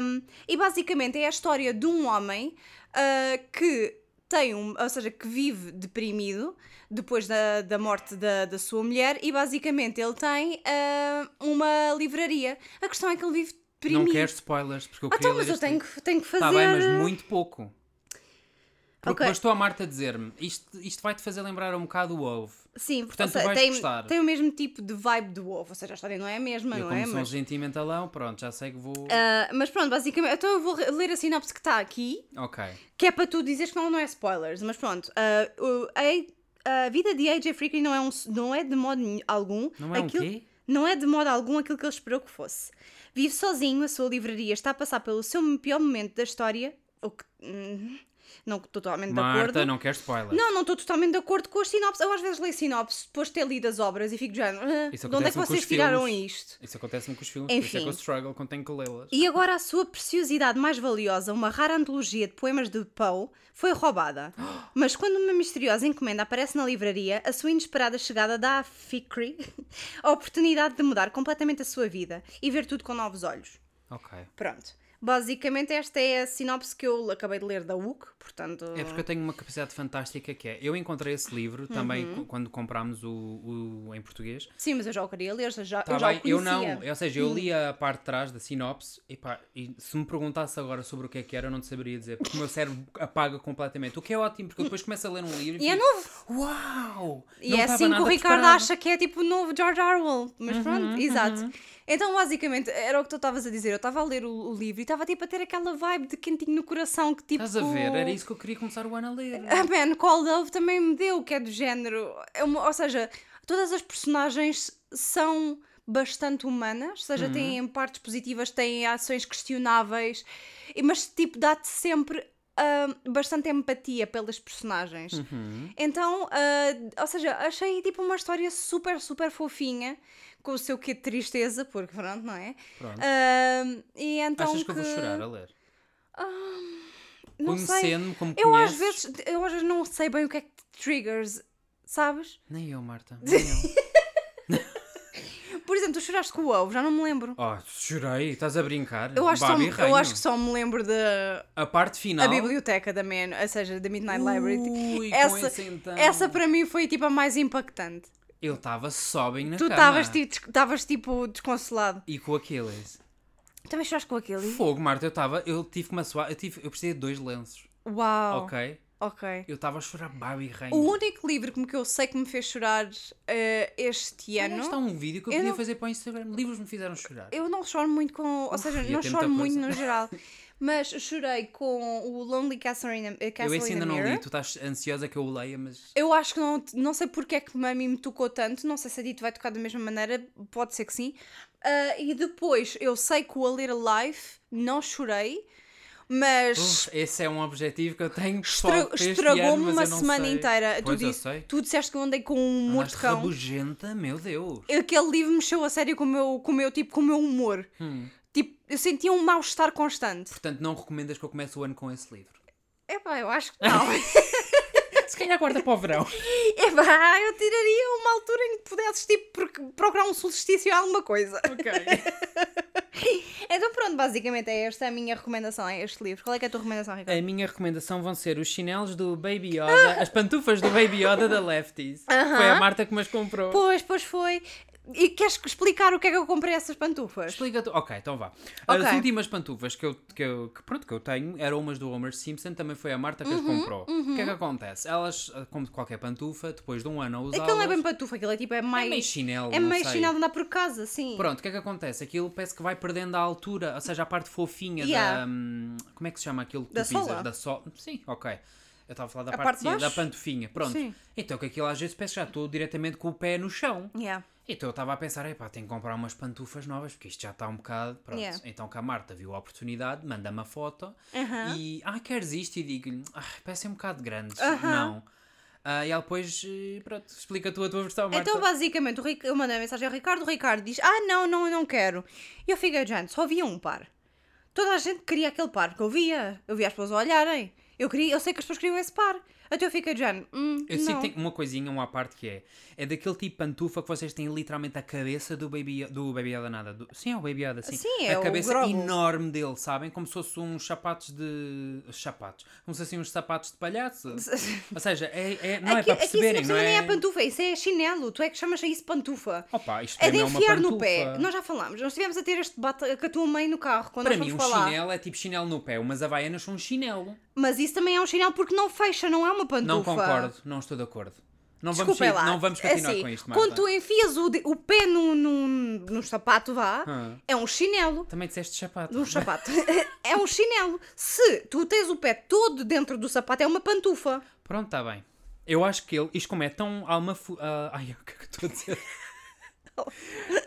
Um, e basicamente é a história de um homem uh, que tem um, ou seja, que vive deprimido depois da, da morte da, da sua mulher e basicamente ele tem ah, uma livraria. A questão é que ele vive deprimido. Não quero spoilers, porque eu Ah, queria então, mas ler eu este tenho livro. que, tenho que fazer. Está bem, mas muito pouco. Porque Ok. bastou a Marta dizer-me, isto, isto vai-te fazer lembrar um bocado o Ovo. Sim, Portanto, ou tu seja, vais tem, gostar. tem o mesmo tipo de vibe do ovo, ou seja, a história não é a mesma, eu não como é? sou Mas, um sentimentalão, pronto, já sei que vou... ah, mas pronto, basicamente, então eu vou re- ler a sinopse que está aqui, Ok. que é para tu dizeres que não, não é spoilers, mas pronto, ah, o- a, a vida de AJ Freakley não é, um, s- não é de modo nenhum- algum. Não é um aquilo- quê? Não é de modo algum aquilo que ele esperou que fosse. Vive sozinho, a sua livraria está a passar pelo seu pior momento da história, o que. hum, não estou totalmente de acordo. Marta, não quero spoilers. Não, não estou totalmente de acordo com as sinopses. Eu às vezes leio sinopses depois de ter lido as obras e fico já. "Ah, Isso de onde é que acontece-me com vocês os tiraram filmes. isto? Isso acontece-me com os filmes, por isso é que Enfim. eu struggle quando tenho que lê-las. E agora a sua preciosidade mais valiosa, uma rara antologia de poemas de Poe, foi roubada. Mas quando uma misteriosa encomenda aparece na livraria, a sua inesperada chegada dá a Fikri (laughs) a oportunidade de mudar completamente a sua vida e ver tudo com novos olhos. Ok. Pronto. Basicamente esta é a sinopse que eu acabei de ler da UC, portanto... É porque eu tenho uma capacidade fantástica que é. Eu encontrei esse livro também Uhum. cu- quando comprámos o, o- em português. Sim, mas eu já o queria ler, já, Tá eu já bem, o eu conhecia. não. Ou seja, Hum. eu li a parte de trás da sinopse e, pá, e se me perguntasse agora sobre o que é que era, eu não te saberia dizer, porque o meu cérebro apaga completamente. O que é ótimo, porque eu depois começo a ler um livro E e, é fico, novo. Uau! E não é estava assim que o nada Ricardo preparado." Uhum, acha que é tipo o novo George Orwell. Mas pronto, exato. Então, basicamente, era o que tu estavas a dizer. Eu estava a ler o, o livro e estava tipo a ter aquela vibe de quentinho no coração que tipo. então Estás a ver? Era isso que eu queria começar o ano a ler. A Ah, Man Call Love também me deu, que é do género. é uma- ou seja, todas as personagens são bastante humanas, ou seja, Uhum. têm partes positivas, têm ações questionáveis, e- mas tipo, dá-te sempre ah, bastante empatia pelas personagens. Uhum. Então, ah, ou seja, achei tipo uma história super, super fofinha, com o seu quê de tristeza, porque pronto, não é? Pronto. Ah, e então Achas que... eu vou chorar a ler? Não sei. Conhecendo-me como Eu às, conheces, vezes, eu às vezes não sei bem o que é que te triggers, sabes? Nem (laughs) eu, Marta. Nem eu. Por exemplo, tu choraste com o ovo, já não me lembro. Oh, chorei, estás a brincar? Eu acho, que só, Babi me- eu Reino. acho que só me lembro da A parte final. a biblioteca da Man, ou seja, da Midnight Library. Ui, com Essa- esse então. Essa para mim foi tipo a mais impactante. Eu estava só bem na tu cama. estavas tipo, estavas, tipo desconsolado. E com Aquiles. Também choraste com aquilo? Fogo, Marta, eu estava. Eu tive que me assoar. Eu, tive, eu precisei de dois lenços. Uau! Ok. Ok? Eu estava a chorar Babi Reino. Oh. O único livro como que eu sei que me fez chorar eh, este Olha, ano. isto é um vídeo que eu, eu podia não- fazer para o Instagram. Livros me fizeram chorar. Eu não choro muito com. Ou seja, ia não ter choro muita muito coisa. no (laughs) geral. Mas chorei com o Lonely Castle in a, Castle Eu esse in a ainda não Mirror. li. Tu estás ansiosa que eu o leia, mas. Eu acho que não, não sei porque é que a mim me tocou tanto, não sei se a Dito vai tocar da mesma maneira, pode ser que sim. Ah, e depois, eu sei que o A Little Life não chorei, mas Uf, esse é um objetivo que eu tenho. só estra- para este ano, estragou-me mas uma eu não semana sei. inteira. Pois tu, eu disse- sei. Ah, tu disseste que eu andei com um Mas morcão. rabugenta, meu Deus. Aquele livro mexeu a sério com o meu, com o meu, tipo, com o meu humor. Hum. Tipo, eu sentia um mal-estar constante. Portanto, não recomendas que eu comece o ano com esse livro. (laughs) Epá, eu acho que não. (laughs) Se calhar guarda para o verão. Epá, eu tiraria uma altura em que pudesses, tipo, pro- procurar um solstício a alguma coisa. (laughs) (laughs) Ok. Então pronto, basicamente é esta a minha recomendação a este livro. Qual é que é a tua recomendação, Ricardo? A minha recomendação vão ser os chinelos do Baby Yoda, as pantufas do Baby Yoda da (laughs) Lefties. Foi a Marta que me as comprou. Pois, pois foi. E queres explicar o que é que eu comprei essas pantufas? Explica tu. Ok, então vá. As Ok. últimas pantufas que eu, que eu- que, pronto, que eu tenho eram umas do Homer Simpson, também foi a Marta que as Uhum, comprou. O que é que acontece? Elas, ah, como qualquer pantufa, depois de um ano a usá-las... Aquilo não é bem pantufa, aquilo é tipo, é é meio mais. chinelo, É não meio sei. chinelo de andar por casa, sim. Pronto, o que é que acontece? Aquilo parece que vai perdendo a altura, ou seja, a parte fofinha Yeah. da. hum, como é que se chama aquilo que Da tu pisas? sola? Da sola. Sim, ok. Eu estava a falar da A parte, parte de de cima, da baixo? pantofinha. Pronto. Sim. Então que aquilo às vezes parece que já estou diretamente com o pé no chão. Yeah. Então eu estava a pensar, epá, tenho que comprar umas pantufas novas, porque isto já está um bocado. Pronto. Yeah. Então que a Marta viu a oportunidade, manda-me a foto Aham. e. Ah, queres isto? E digo-lhe, ah, parecem um bocado grandes. Aham. Não. Ah, e ela depois, eh, pronto, explica tu a tua versão, Marta. Então, basicamente, o Ric- eu mandei uma mensagem ao Ricardo, o Ricardo diz: Ah, não, não, eu não quero. E eu fiquei, gente, só havia um par. Toda a gente queria aquele par, porque eu via, eu via as pessoas a olharem. Eu, queria, eu sei que as pessoas queriam esse par. Até eu fiquei de género. Hum, Eu não. sei que tem uma coisinha, uma à parte que é. É daquele tipo de pantufa que vocês têm literalmente a cabeça do Baby, do baby Yoda nada. do- sim, é o Baby Yoda, sim. Sim, a é o cabeça Grogu. enorme dele, sabem? Como se fosse uns sapatos de. sapatos. Como se fossem uns sapatos de (laughs) palhaço. Ou seja, é, é- não é Aqui- para aqui isso perceberem, na não verdade, nem é? é pantufa, isso é chinelo. Tu é que chamas a isso pantufa. Opa, isto É para de mim é uma enfiar pantufa. no pé. Nós já falámos. Nós estivemos a ter este debate com a tua mãe no carro quando Para nós mim, um fomos falar. chinelo é tipo chinelo no pé, umas havaianas são um chinelo. Mas isso também é um chinelo porque não fecha, não é uma pantufa. Não concordo, não estou de acordo. Não vamos, Desculpem sair- lá. não vamos continuar Assim, com isto, Marta. Quando tu enfias o, de- o pé num, num, num sapato, vá, Ah. é um chinelo. Também disseste sapato. Num sapato. (laughs) é um chinelo. Se tu tens o pé todo dentro do sapato, é uma (laughs) pantufa. Pronto, está bem. Eu acho que ele, isto como é tão alma. fu- ah, ai, (laughs) o que é que eu estou a dizer?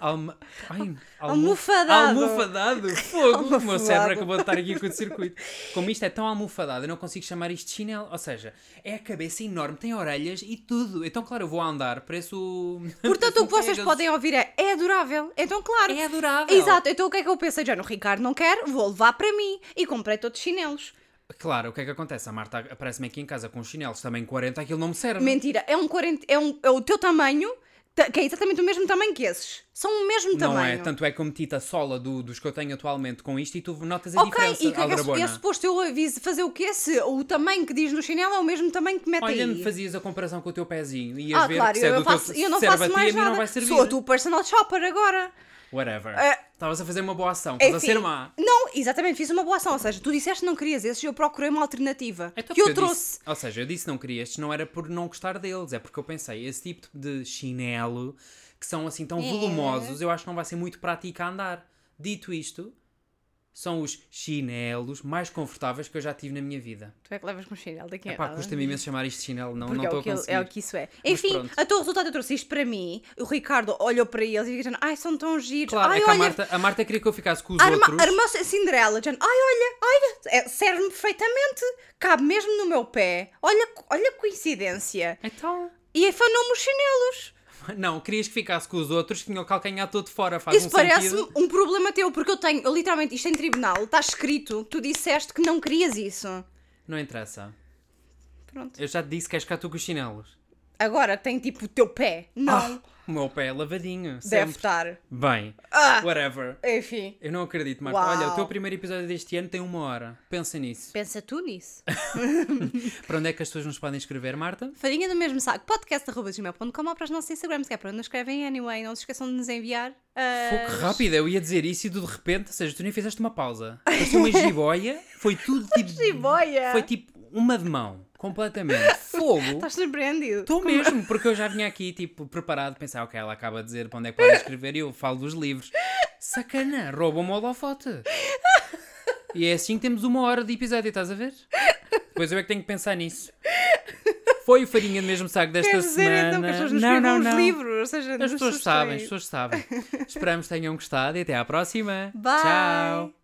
Alma. Ai, almo- Almofadado. Almofadado! Fogo! O meu Almofadado. cérebro acabou de estar aqui com o circuito. Como isto é tão almofadado, eu não consigo chamar isto de chinelo. Ou seja, é a cabeça enorme, tem orelhas e tudo. Então, claro, eu vou andar, parece (laughs) o. Portanto, o que vocês Pegasus. podem ouvir é, é adorável. Então, claro. É adorável! Exato, então o que é que eu pensei? Já no Ricardo não quer, vou levar para mim. E comprei todos chinelos. Claro, o que é que acontece? A Marta aparece-me aqui em casa com os chinelos também 40, aquilo não me serve. Mentira, é um 40, é, um, é o teu tamanho, ta- que é exatamente o mesmo tamanho que esses. São o mesmo Não tamanho. é? Tanto é que eu meti a sola do- dos que eu tenho atualmente com isto e tu notas a Ok, diferença. e o que é que é, su- aldrabona. é suposto eu avise fazer o quê? Se o tamanho que diz no chinelo é o mesmo tamanho que mete Olha, aí. me fazias a comparação com o teu pezinho e ias ah, ver claro, que se é eu, do eu faço, teu eu não serve faço a ti, mais a mim nada. não vai servir. Sou a tua personal shopper agora. Whatever. Ah. Estavas a fazer uma boa ação, estás a Enfim, ser má. Não, exatamente, fiz uma boa ação. Ou seja, tu disseste que não querias esses, eu procurei uma alternativa. Então, que eu, porque trouxe. Disse, ou seja, eu disse não queria estes, não era por não gostar deles, é porque eu pensei, esse tipo de chinelo, que são assim tão É. volumosos, eu acho que não vai ser muito prático a andar. Dito isto, são os chinelos mais confortáveis que eu já tive na minha vida. Tu é que levas com chinelo daqui a Epá, nada. custa-me imenso chamar isto de chinelo, não não Porque é estou o, a que, ele- conseguir. é o que isso é. Enfim, pronto. a teu resultado eu trouxe isto para mim. O Ricardo olhou para eles e ficou dizendo: Ai, são tão giros. Claro, Ai, é que a olha, Marta, a Marta queria que eu ficasse com os Arma, outros. armou a Cinderela, dizendo, ai, olha, olha, é, serve-me perfeitamente, cabe mesmo no meu pé, olha, olha a coincidência. Então... E afanou-me os chinelos. Não, querias que ficasse com os outros que tinham o calcanhar todo fora, faz Isso um parece-me sentido. um problema teu, porque eu tenho, eu literalmente, isto é em tribunal, está escrito que tu disseste que não querias isso. Não interessa. Pronto. Eu já te disse que és cá tu com os chinelos. Agora tem tipo o teu pé. Não, Ah, o meu pé é lavadinho, deve sempre. estar. Bem, Ah, whatever. enfim. Eu não acredito, Marta. Uau. Olha, o teu primeiro episódio deste ano tem uma hora. Pensa nisso. Pensa tu nisso. Para onde é que as pessoas nos podem escrever, Marta? Farinha do mesmo saco, podcast.gmail.com ou para os nossos Instagrams, que é para onde nos escrevem anyway. Não se esqueçam de nos enviar. ah, Pouco rápido, eu ia dizer isso e tu de repente, ou seja, tu nem fizeste (laughs) uma pausa. Foste uma jiboia, foi tudo tipo. jiboia. Foi tipo uma de mão, (laughs) completamente. Fogo! Estás surpreendido. Estou mesmo, porque eu já vinha aqui, tipo, preparado, pensar, ok, ela acaba de dizer para onde é que pode escrever e eu falo dos livros. Sacana, rouba-me o holofote. E é assim que temos uma hora de episódio, estás a ver? Depois eu é que tenho que pensar nisso. Foi o farinha do mesmo saco desta Quer dizer semana. então que as pessoas nos não, não, escrevam os não. livros, ou seja, As nos pessoas assustem. sabem, as pessoas sabem. Esperamos que tenham gostado e até à próxima. Bye. Tchau.